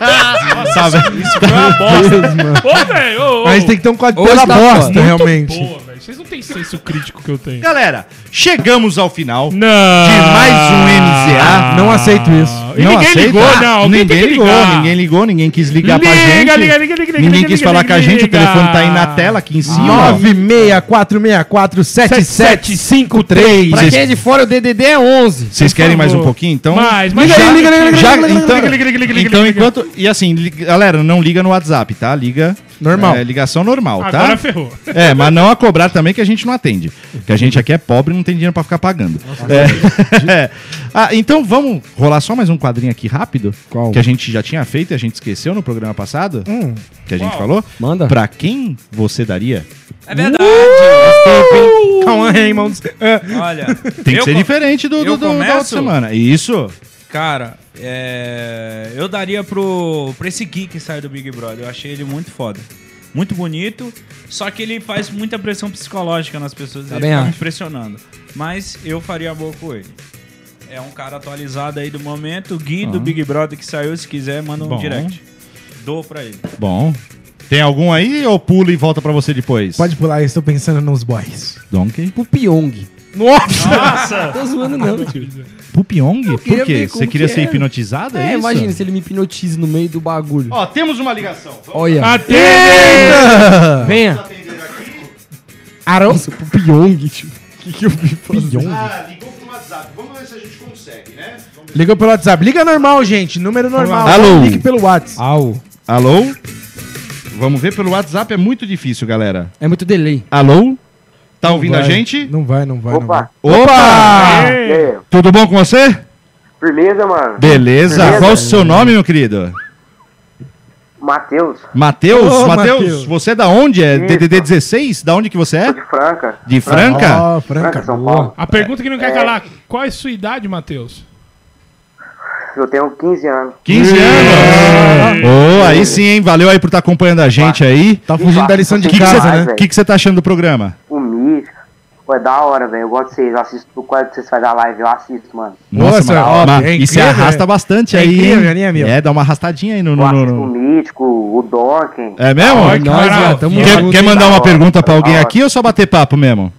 [SPEAKER 4] Ah,
[SPEAKER 1] Sabe?
[SPEAKER 4] Ô, velho, ô, ô.
[SPEAKER 5] A gente tem que ter um quadro
[SPEAKER 6] Hoje
[SPEAKER 5] pela
[SPEAKER 6] tá
[SPEAKER 5] bosta,
[SPEAKER 6] foda.
[SPEAKER 5] realmente.
[SPEAKER 4] Boa, velho. Vocês não têm senso crítico que eu tenho.
[SPEAKER 1] Galera, chegamos ao final
[SPEAKER 4] Não.
[SPEAKER 1] de mais um MZA.
[SPEAKER 5] Não aceito isso.
[SPEAKER 4] E
[SPEAKER 1] Não
[SPEAKER 4] ninguém
[SPEAKER 1] aceita?
[SPEAKER 4] ligou, não. Alguém
[SPEAKER 1] Ninguém
[SPEAKER 4] tem que
[SPEAKER 1] ligou,
[SPEAKER 4] ligar.
[SPEAKER 1] ninguém ligou, ninguém quis ligar pra
[SPEAKER 4] Liga,
[SPEAKER 1] gente.
[SPEAKER 4] liga, liga, liga,
[SPEAKER 1] ninguém
[SPEAKER 4] liga,
[SPEAKER 1] quis
[SPEAKER 4] liga,
[SPEAKER 1] falar
[SPEAKER 4] liga,
[SPEAKER 1] com a gente, o
[SPEAKER 4] liga.
[SPEAKER 1] telefone tá aí na tela, aqui em cima. ó.
[SPEAKER 5] 964647753.
[SPEAKER 6] Pra quem é de fora, o DDD é 11.
[SPEAKER 1] Vocês querem mais um
[SPEAKER 4] favor.
[SPEAKER 1] pouquinho, então?
[SPEAKER 4] Mas, mas
[SPEAKER 5] Liga aí,
[SPEAKER 4] já-
[SPEAKER 5] liga, liga,
[SPEAKER 1] Já,
[SPEAKER 5] liga, liga,
[SPEAKER 1] então,
[SPEAKER 4] liga, liga, liga, liga,
[SPEAKER 1] então
[SPEAKER 4] liga, liga.
[SPEAKER 1] enquanto... E assim, li- galera, não liga no WhatsApp, tá? Liga...
[SPEAKER 5] Normal.
[SPEAKER 1] É, ligação normal, tá?
[SPEAKER 4] Agora ferrou.
[SPEAKER 1] É, mas não a cobrar também que a gente não atende. Porque a gente aqui é pobre e não tem dinheiro pra ficar pagando. É. Ah, então vamos rolar só mais um quadrinho aqui rápido.
[SPEAKER 5] Qual?
[SPEAKER 1] Que a gente já tinha feito e a gente esqueceu no programa passado. que a gente
[SPEAKER 4] Qual?
[SPEAKER 1] falou.
[SPEAKER 6] Manda.
[SPEAKER 1] Pra quem você daria?
[SPEAKER 2] É verdade.
[SPEAKER 5] Calma aí, irmão. É,
[SPEAKER 2] Olha.
[SPEAKER 1] Tem que
[SPEAKER 2] eu
[SPEAKER 1] ser
[SPEAKER 2] co-
[SPEAKER 1] diferente do,
[SPEAKER 2] eu
[SPEAKER 1] do, do- da outra
[SPEAKER 2] começo?
[SPEAKER 1] semana. Isso.
[SPEAKER 2] Cara, é, eu daria pro, pra esse Gui que saiu do Big Brother. Eu achei ele muito foda. Muito bonito, só que ele faz muita pressão psicológica nas pessoas. ele
[SPEAKER 6] Também
[SPEAKER 2] fica me
[SPEAKER 6] acho.
[SPEAKER 2] pressionando. Mas eu faria boa com ele. É um cara atualizado aí do momento. O Gui do Big Brother que saiu, se quiser, manda um
[SPEAKER 1] Bom.
[SPEAKER 2] direct. Dou pra ele.
[SPEAKER 1] Bom. Tem algum aí ou pula e volta pra você depois?
[SPEAKER 5] Pode pular, eu estou pensando nos boys.
[SPEAKER 1] Donkey.
[SPEAKER 6] Pro Pyong.
[SPEAKER 4] Nossa.
[SPEAKER 6] Tô zoando, não, tio.
[SPEAKER 1] Pupiong?
[SPEAKER 6] queria
[SPEAKER 1] Por quê?
[SPEAKER 6] ver como
[SPEAKER 1] Você queria
[SPEAKER 6] que
[SPEAKER 1] ser
[SPEAKER 6] é.
[SPEAKER 1] hipnotizado? É,
[SPEAKER 6] É,
[SPEAKER 1] isso?
[SPEAKER 6] imagina se ele me hipnotiza no meio do bagulho.
[SPEAKER 1] Ó, temos uma ligação.
[SPEAKER 6] Olha.
[SPEAKER 4] Atende!
[SPEAKER 6] Venha. Arão. Nossa, pro Pyong, tio. O que, que eu vi fazer?
[SPEAKER 1] Ah, ligou pro WhatsApp. Vamos ver se a gente consegue, né?
[SPEAKER 5] Ligou pelo WhatsApp. Liga normal, gente. Número normal.
[SPEAKER 1] Alô.
[SPEAKER 5] Ligue pelo WhatsApp.
[SPEAKER 6] Au.
[SPEAKER 1] Alô? Vamos ver pelo WhatsApp, é muito difícil, galera.
[SPEAKER 6] É muito delay.
[SPEAKER 1] Alô? Tá ouvindo
[SPEAKER 5] vai.
[SPEAKER 1] a gente?
[SPEAKER 5] Não vai, não vai, não vai.
[SPEAKER 9] Opa,
[SPEAKER 1] Opa!
[SPEAKER 9] e aí?
[SPEAKER 1] Tudo bom com você?
[SPEAKER 9] Firmeza, mano.
[SPEAKER 1] Beleza.
[SPEAKER 9] Beleza.
[SPEAKER 1] Qual o seu nome, meu querido?
[SPEAKER 9] Matheus,
[SPEAKER 1] Matheus,
[SPEAKER 5] Ô,
[SPEAKER 1] Matheus,
[SPEAKER 5] Matheus.
[SPEAKER 1] você é da onde? É
[SPEAKER 9] Isso.
[SPEAKER 1] DDD 16? Da onde que você
[SPEAKER 9] tô
[SPEAKER 1] é?
[SPEAKER 9] de Franca.
[SPEAKER 1] De Franca?
[SPEAKER 5] Ó, Franca.
[SPEAKER 9] Franca, São Paulo.
[SPEAKER 4] A pergunta que não quer calar. Qual é a sua idade, Matheus?
[SPEAKER 9] Eu tenho 15 anos.
[SPEAKER 1] 15 anos. Oh, aí sim, hein? Valeu aí por estar acompanhando a gente aí.
[SPEAKER 5] Tá fugindo da lição de
[SPEAKER 1] O que
[SPEAKER 5] casa,
[SPEAKER 9] demais,
[SPEAKER 5] né?
[SPEAKER 9] velho.
[SPEAKER 1] que que você tá achando do programa?
[SPEAKER 9] O Mítica. Pô, é da hora, velho. Eu gosto de vocês. Eu assisto tudo quase que vocês fazem a live. Eu assisto, mano.
[SPEAKER 1] Nossa,
[SPEAKER 5] Nossa,
[SPEAKER 1] mano,
[SPEAKER 5] ó,
[SPEAKER 1] mas-
[SPEAKER 5] é
[SPEAKER 1] e se
[SPEAKER 5] incrível,
[SPEAKER 1] arrasta
[SPEAKER 5] né?
[SPEAKER 1] bastante
[SPEAKER 5] É
[SPEAKER 1] aí.
[SPEAKER 5] incrível,
[SPEAKER 1] hein?
[SPEAKER 5] né, meu?
[SPEAKER 1] É, dá uma arrastadinha aí no.
[SPEAKER 9] Eu
[SPEAKER 1] no- no-
[SPEAKER 9] assisto o Mítico, o Dokken.
[SPEAKER 1] É mesmo?
[SPEAKER 4] Olha que
[SPEAKER 6] Nós,
[SPEAKER 4] caralho.
[SPEAKER 6] ó, tamo
[SPEAKER 1] Quer,
[SPEAKER 6] junto,
[SPEAKER 1] quer
[SPEAKER 6] hein?
[SPEAKER 1] mandar uma
[SPEAKER 9] hora,
[SPEAKER 1] pergunta pra
[SPEAKER 9] da
[SPEAKER 1] alguém
[SPEAKER 9] hora.
[SPEAKER 1] aqui ou só bater papo mesmo?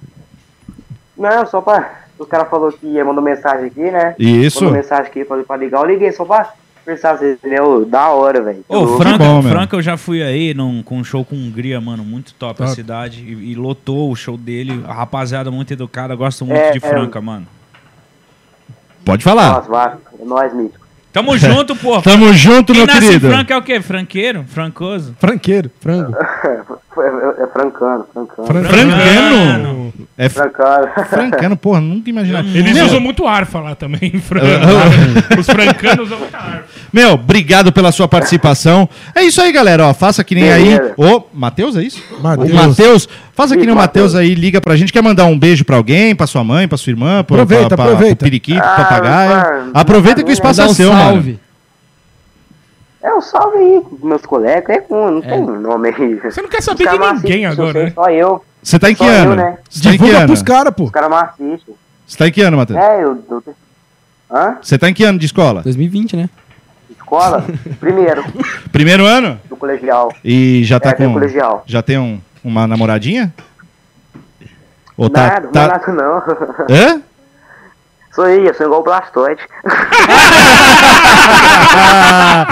[SPEAKER 9] Não, só pra... Os caras falaram que ia mandar mensagem aqui, né?
[SPEAKER 1] Isso.
[SPEAKER 9] Mandou mensagem aqui pra, pra ligar. Eu liguei só pra conversar com vocês, entendeu? é Da hora, velho.
[SPEAKER 2] Ô,
[SPEAKER 9] Eu-
[SPEAKER 2] Franca,
[SPEAKER 1] bom, mano.
[SPEAKER 2] Franca, eu já fui aí num, com um show com Hungria, mano, muito top, a cidade. E, e lotou o show dele. A rapaziada muito educada, gosto muito
[SPEAKER 9] É,
[SPEAKER 2] de
[SPEAKER 9] é.
[SPEAKER 2] Franca, mano.
[SPEAKER 1] Pode falar.
[SPEAKER 9] Nossa, vai. É nóis, Mítico.
[SPEAKER 2] Tamo junto, porra.
[SPEAKER 1] Tamo junto, meu
[SPEAKER 2] Quem nasce
[SPEAKER 1] querido.
[SPEAKER 2] em Franca é o quê? Franqueiro? Francoso?
[SPEAKER 5] Franqueiro.
[SPEAKER 6] Frango.
[SPEAKER 9] É, é- é francano, francano.
[SPEAKER 1] Francano. É fr-
[SPEAKER 9] Francano.
[SPEAKER 1] francano, porra, nunca imaginava. ah,
[SPEAKER 4] Eles
[SPEAKER 1] meu,
[SPEAKER 4] usam muito arfa lá também, em Franca. Os francanos usam muita arfa.
[SPEAKER 1] meu, obrigado pela sua participação. É isso aí, galera. Ó, faça que nem aí.
[SPEAKER 9] Beleza.
[SPEAKER 1] Ô, Matheus, é isso?
[SPEAKER 5] Matheus.
[SPEAKER 1] O Matheus, faça que
[SPEAKER 9] Isso,
[SPEAKER 1] nem o Matheus
[SPEAKER 9] Matheus.
[SPEAKER 1] aí, liga pra gente. Quer mandar um beijo pra alguém, pra sua mãe, pra sua irmã, pra,
[SPEAKER 5] Aproveita,
[SPEAKER 1] pra, pra,
[SPEAKER 5] aproveita.
[SPEAKER 1] pro periquito, pro
[SPEAKER 9] Ah,
[SPEAKER 1] papagaio.
[SPEAKER 9] mano, tá
[SPEAKER 1] Aproveita que o
[SPEAKER 9] mano,
[SPEAKER 1] espaço é
[SPEAKER 6] Dá um
[SPEAKER 1] seu, mano.
[SPEAKER 6] salve.
[SPEAKER 9] É um salve aí, pros meus colegas. É com, não tem nome aí. Você
[SPEAKER 4] não quer saber de ninguém agora, né?
[SPEAKER 9] Só eu.
[SPEAKER 1] Você tá em que
[SPEAKER 9] Só eu,
[SPEAKER 1] ano?
[SPEAKER 9] né?
[SPEAKER 1] Você tá em que
[SPEAKER 5] Divulga
[SPEAKER 1] ano?
[SPEAKER 5] pros caras, É. pô.
[SPEAKER 9] Os caras mais assistem.
[SPEAKER 1] Você tá em que ano, Matheus?
[SPEAKER 9] É, eu. eu- Hã?
[SPEAKER 1] Você tá em que ano de escola?
[SPEAKER 6] 2020, né?
[SPEAKER 9] Escola? Primeiro,
[SPEAKER 1] Primeiro ano?
[SPEAKER 9] do colegial.
[SPEAKER 1] E já tá
[SPEAKER 9] é,
[SPEAKER 1] com.
[SPEAKER 9] do colegial.
[SPEAKER 1] Já tem um- uma namoradinha? Ou tá.
[SPEAKER 9] nada,
[SPEAKER 1] tá...
[SPEAKER 9] não é nada não.
[SPEAKER 1] Hã?
[SPEAKER 9] Sou eu, eu sou igual o Blastoide.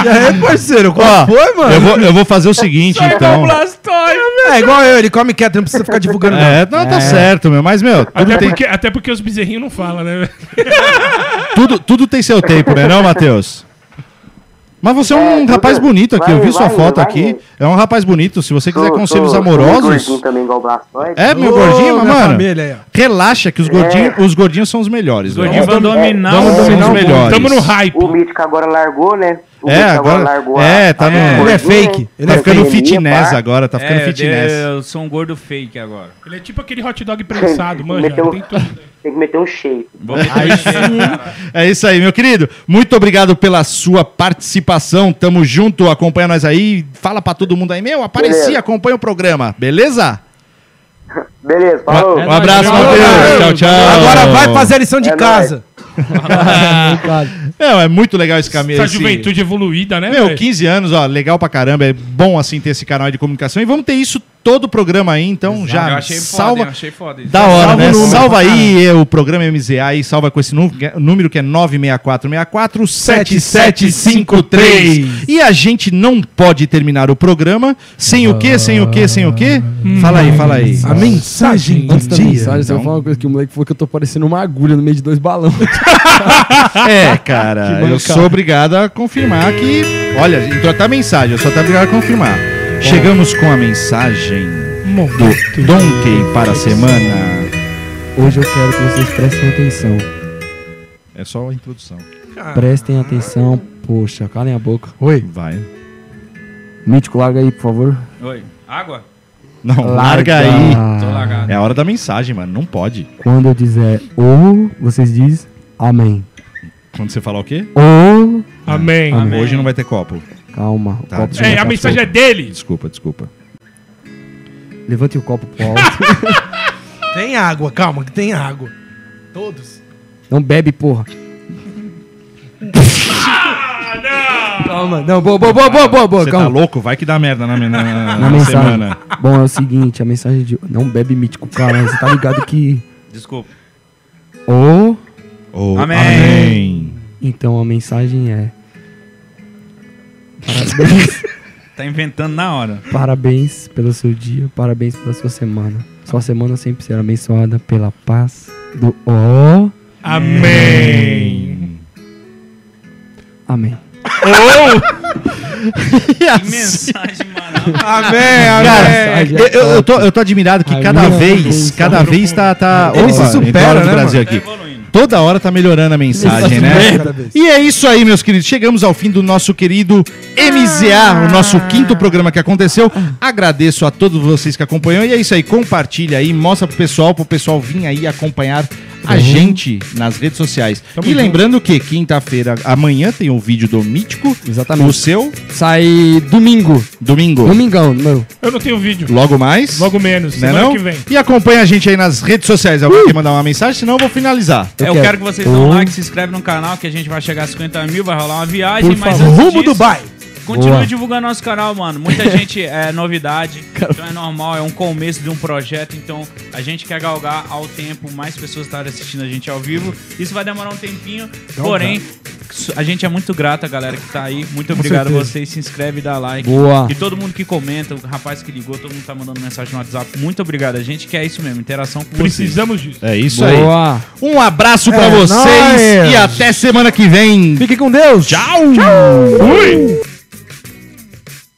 [SPEAKER 5] E aí, parceiro? Qual
[SPEAKER 1] Ó,
[SPEAKER 5] foi, mano?
[SPEAKER 1] Eu vou, eu vou fazer o seguinte, então.
[SPEAKER 5] É igual eu, ele come quieto, não precisa ficar divulgando. não.
[SPEAKER 1] É, não, tá certo, meu. Mas, meu, tudo,
[SPEAKER 4] Até
[SPEAKER 1] tem,
[SPEAKER 4] porque, até porque os bezerrinhos não falam, né? velho?
[SPEAKER 1] tudo, tudo tem seu tempo, né, não, Matheus? Mas você é
[SPEAKER 9] É,
[SPEAKER 1] um
[SPEAKER 9] tudo-
[SPEAKER 1] rapaz bonito aqui, eu
[SPEAKER 9] vai,
[SPEAKER 1] vi sua
[SPEAKER 9] vai,
[SPEAKER 1] foto
[SPEAKER 9] vai.
[SPEAKER 1] aqui. É um rapaz bonito. Se você quiser
[SPEAKER 9] Sou-
[SPEAKER 1] conselhos
[SPEAKER 9] sou- sou meio
[SPEAKER 1] amorosos.
[SPEAKER 9] gordinho também, igual o Blastoide.
[SPEAKER 1] É, meu
[SPEAKER 5] Ô,
[SPEAKER 1] gordinho, mas,
[SPEAKER 5] minha
[SPEAKER 1] mano.
[SPEAKER 5] família aí, ó.
[SPEAKER 1] Relaxa que os gordinhos, os gordinhos são os melhores.
[SPEAKER 2] Os gordinhos vão dominar
[SPEAKER 1] é. Vamos
[SPEAKER 2] o
[SPEAKER 1] dominar
[SPEAKER 2] mundo.
[SPEAKER 1] os melhores.
[SPEAKER 4] Tamo no hype.
[SPEAKER 9] O Mítico agora largou, né? O Ah,
[SPEAKER 1] É,
[SPEAKER 9] Mítico
[SPEAKER 1] agora-
[SPEAKER 9] largou
[SPEAKER 1] é, tá no-
[SPEAKER 5] Ele é
[SPEAKER 9] gordinho,
[SPEAKER 5] fake.
[SPEAKER 9] né?
[SPEAKER 5] Ele
[SPEAKER 1] Tá
[SPEAKER 5] é
[SPEAKER 1] ficando
[SPEAKER 9] Academia,
[SPEAKER 1] fitness
[SPEAKER 9] pá.
[SPEAKER 1] agora, tá ficando
[SPEAKER 2] É, eu,
[SPEAKER 1] fitness.
[SPEAKER 2] eu sou um gordo fake agora.
[SPEAKER 4] Ele é tipo aquele hot dog prensado, manja.
[SPEAKER 9] Meteu-
[SPEAKER 4] Tem tudo.
[SPEAKER 9] um Tem que meter um shape.
[SPEAKER 2] Vou um- meter o cheiro, cara.
[SPEAKER 1] É isso aí, meu querido. Muito obrigado pela sua participação. Tamo junto, acompanha nós aí. Fala pra todo mundo aí, meu, apareci,
[SPEAKER 9] Beleza.
[SPEAKER 1] acompanha o programa, beleza?
[SPEAKER 9] Beleza,
[SPEAKER 5] É
[SPEAKER 9] falou.
[SPEAKER 2] Um abraço, Matheus. Tchau, tchau.
[SPEAKER 5] Agora vai fazer a lição de
[SPEAKER 9] É
[SPEAKER 5] casa.
[SPEAKER 1] Não, é muito legal esse caminho.
[SPEAKER 4] Essa
[SPEAKER 1] esse-
[SPEAKER 4] juventude evoluída, né?
[SPEAKER 1] Meu,
[SPEAKER 4] velho?
[SPEAKER 1] 15 anos, ó, legal pra caramba. É bom assim ter esse canal de comunicação. E vamos ter isso todo o programa aí, então já
[SPEAKER 2] Eu achei foda, hein?
[SPEAKER 1] salva.
[SPEAKER 2] Eu achei foda. isso.
[SPEAKER 1] Da hora,
[SPEAKER 5] Salva o
[SPEAKER 1] né?
[SPEAKER 5] número.
[SPEAKER 1] Salva aí eh, o programa MZA e salva com esse nu- número que é 964647753. E a gente não pode terminar o programa sem o quê? Sem o quê? Sem o quê? Fala aí, fala aí.
[SPEAKER 5] A mensagem do
[SPEAKER 10] Antes da mensagem,
[SPEAKER 5] dia.
[SPEAKER 10] você vai falar uma coisa que o moleque falou que eu tô parecendo uma agulha no meio de dois balões.
[SPEAKER 1] É, cara, eu
[SPEAKER 10] bancada.
[SPEAKER 1] sou obrigado a confirmar que. Olha, entrou até a mensagem, eu sou até obrigado a confirmar. Chegamos com a mensagem do Donkey para a semana.
[SPEAKER 7] Hoje eu quero que vocês prestem atenção.
[SPEAKER 1] É só a introdução.
[SPEAKER 7] Prestem atenção. Poxa, calem a boca.
[SPEAKER 1] Oi. Vai.
[SPEAKER 7] Mítico, larga aí, por favor.
[SPEAKER 2] Oi. Água?
[SPEAKER 1] Não, larga aí.
[SPEAKER 2] Tô lagado.
[SPEAKER 1] É a hora da mensagem, mano. Não pode.
[SPEAKER 7] Quando eu dizer ou, vocês diz amém.
[SPEAKER 1] Quando você falar o quê?
[SPEAKER 7] Ou.
[SPEAKER 4] Amém.
[SPEAKER 2] Amém.
[SPEAKER 1] Hoje não vai ter copo.
[SPEAKER 7] Calma. o
[SPEAKER 1] Tá,
[SPEAKER 7] copo
[SPEAKER 1] desculpa.
[SPEAKER 7] já
[SPEAKER 4] É,
[SPEAKER 7] tá
[SPEAKER 4] a mensagem é
[SPEAKER 7] solto.
[SPEAKER 4] dele.
[SPEAKER 1] Desculpa, desculpa.
[SPEAKER 7] Levante o copo pro alto.
[SPEAKER 5] Tem água, calma, que tem água. Todos.
[SPEAKER 7] não bebe, porra.
[SPEAKER 10] Calma, não, boa, boa, boa, boa, boa, boa,
[SPEAKER 1] Você tá
[SPEAKER 10] calma.
[SPEAKER 1] louco? Vai que dá merda na, na- na
[SPEAKER 7] Na é mensagem.
[SPEAKER 1] semana.
[SPEAKER 7] Bom, é o seguinte, a mensagem de. Não bebe mítico, cara. Você tá ligado que.
[SPEAKER 2] Desculpa.
[SPEAKER 7] Ou.
[SPEAKER 1] Oh,
[SPEAKER 2] Amém.
[SPEAKER 7] Então a mensagem é. Parabéns.
[SPEAKER 2] Tá inventando na hora.
[SPEAKER 7] parabéns pelo seu dia, parabéns pela sua semana. Sua semana sempre será abençoada pela paz do. Ó.
[SPEAKER 4] Amém.
[SPEAKER 7] Amém.
[SPEAKER 2] Que mensagem, mano. Tá
[SPEAKER 5] Amém,
[SPEAKER 1] Cara,
[SPEAKER 7] mensagem é
[SPEAKER 1] eu, eu, tô, eu tô admirado que
[SPEAKER 7] A
[SPEAKER 1] cada
[SPEAKER 7] minha
[SPEAKER 1] vez,
[SPEAKER 7] evolução.
[SPEAKER 1] cada vez tá. tá
[SPEAKER 5] Ele se supera,
[SPEAKER 1] entrou a hora do
[SPEAKER 5] né,
[SPEAKER 1] Brasil
[SPEAKER 2] Tá
[SPEAKER 1] aqui.
[SPEAKER 2] evoluindo.
[SPEAKER 1] Toda hora tá melhorando a mensagem, né? E é isso aí, meus queridos. Chegamos ao fim do nosso querido MZA, o nosso quinto programa que aconteceu. Agradeço a todos vocês que acompanham. E é isso aí, compartilha aí, mostra pro pessoal, pro pessoal vir aí acompanhar a gente nas redes sociais. e lembrando que quinta-feira, amanhã tem um vídeo do Mítico, o
[SPEAKER 10] Exatamente.
[SPEAKER 1] seu,
[SPEAKER 10] Sai domingo.
[SPEAKER 1] domingo.
[SPEAKER 10] Domingão, meu.
[SPEAKER 4] Eu não tenho vídeo.
[SPEAKER 1] Logo mais.
[SPEAKER 4] Logo menos.
[SPEAKER 1] Né
[SPEAKER 4] Semana
[SPEAKER 1] não?
[SPEAKER 4] que vem.
[SPEAKER 1] E acompanha a gente aí nas redes sociais. Alguém quer mandar uma mensagem? Senão eu vou finalizar.
[SPEAKER 2] Eu,
[SPEAKER 10] quero.
[SPEAKER 2] quero É que vocês dão like, se inscreve no canal que a gente vai chegar a 50 mil, vai rolar uma viagem, mas antes
[SPEAKER 5] Rumo
[SPEAKER 2] disso,
[SPEAKER 5] Dubai.
[SPEAKER 2] Continue
[SPEAKER 10] Boa.
[SPEAKER 2] divulgando nosso canal, mano. Muita gente é novidade, então é normal, é um começo de um projeto, então a gente quer galgar ao tempo mais pessoas estarem assistindo a gente ao vivo. Isso vai demorar um tempinho, porém su- a gente é muito grato a galera que tá aí. Muito obrigado a vocês, se inscreve, dá like.
[SPEAKER 10] Boa.
[SPEAKER 2] E todo mundo que comenta, o rapaz que ligou, todo mundo tá mandando mensagem no WhatsApp. Muito obrigado, a gente quer isso mesmo, interação com vocês.
[SPEAKER 4] Precisamos disso.
[SPEAKER 1] É isso aí.
[SPEAKER 10] Boa.
[SPEAKER 1] Um abraço pra vocês
[SPEAKER 5] nóis.
[SPEAKER 1] e até semana que vem.
[SPEAKER 5] Fique com Deus.
[SPEAKER 1] Tchau.
[SPEAKER 4] Fui!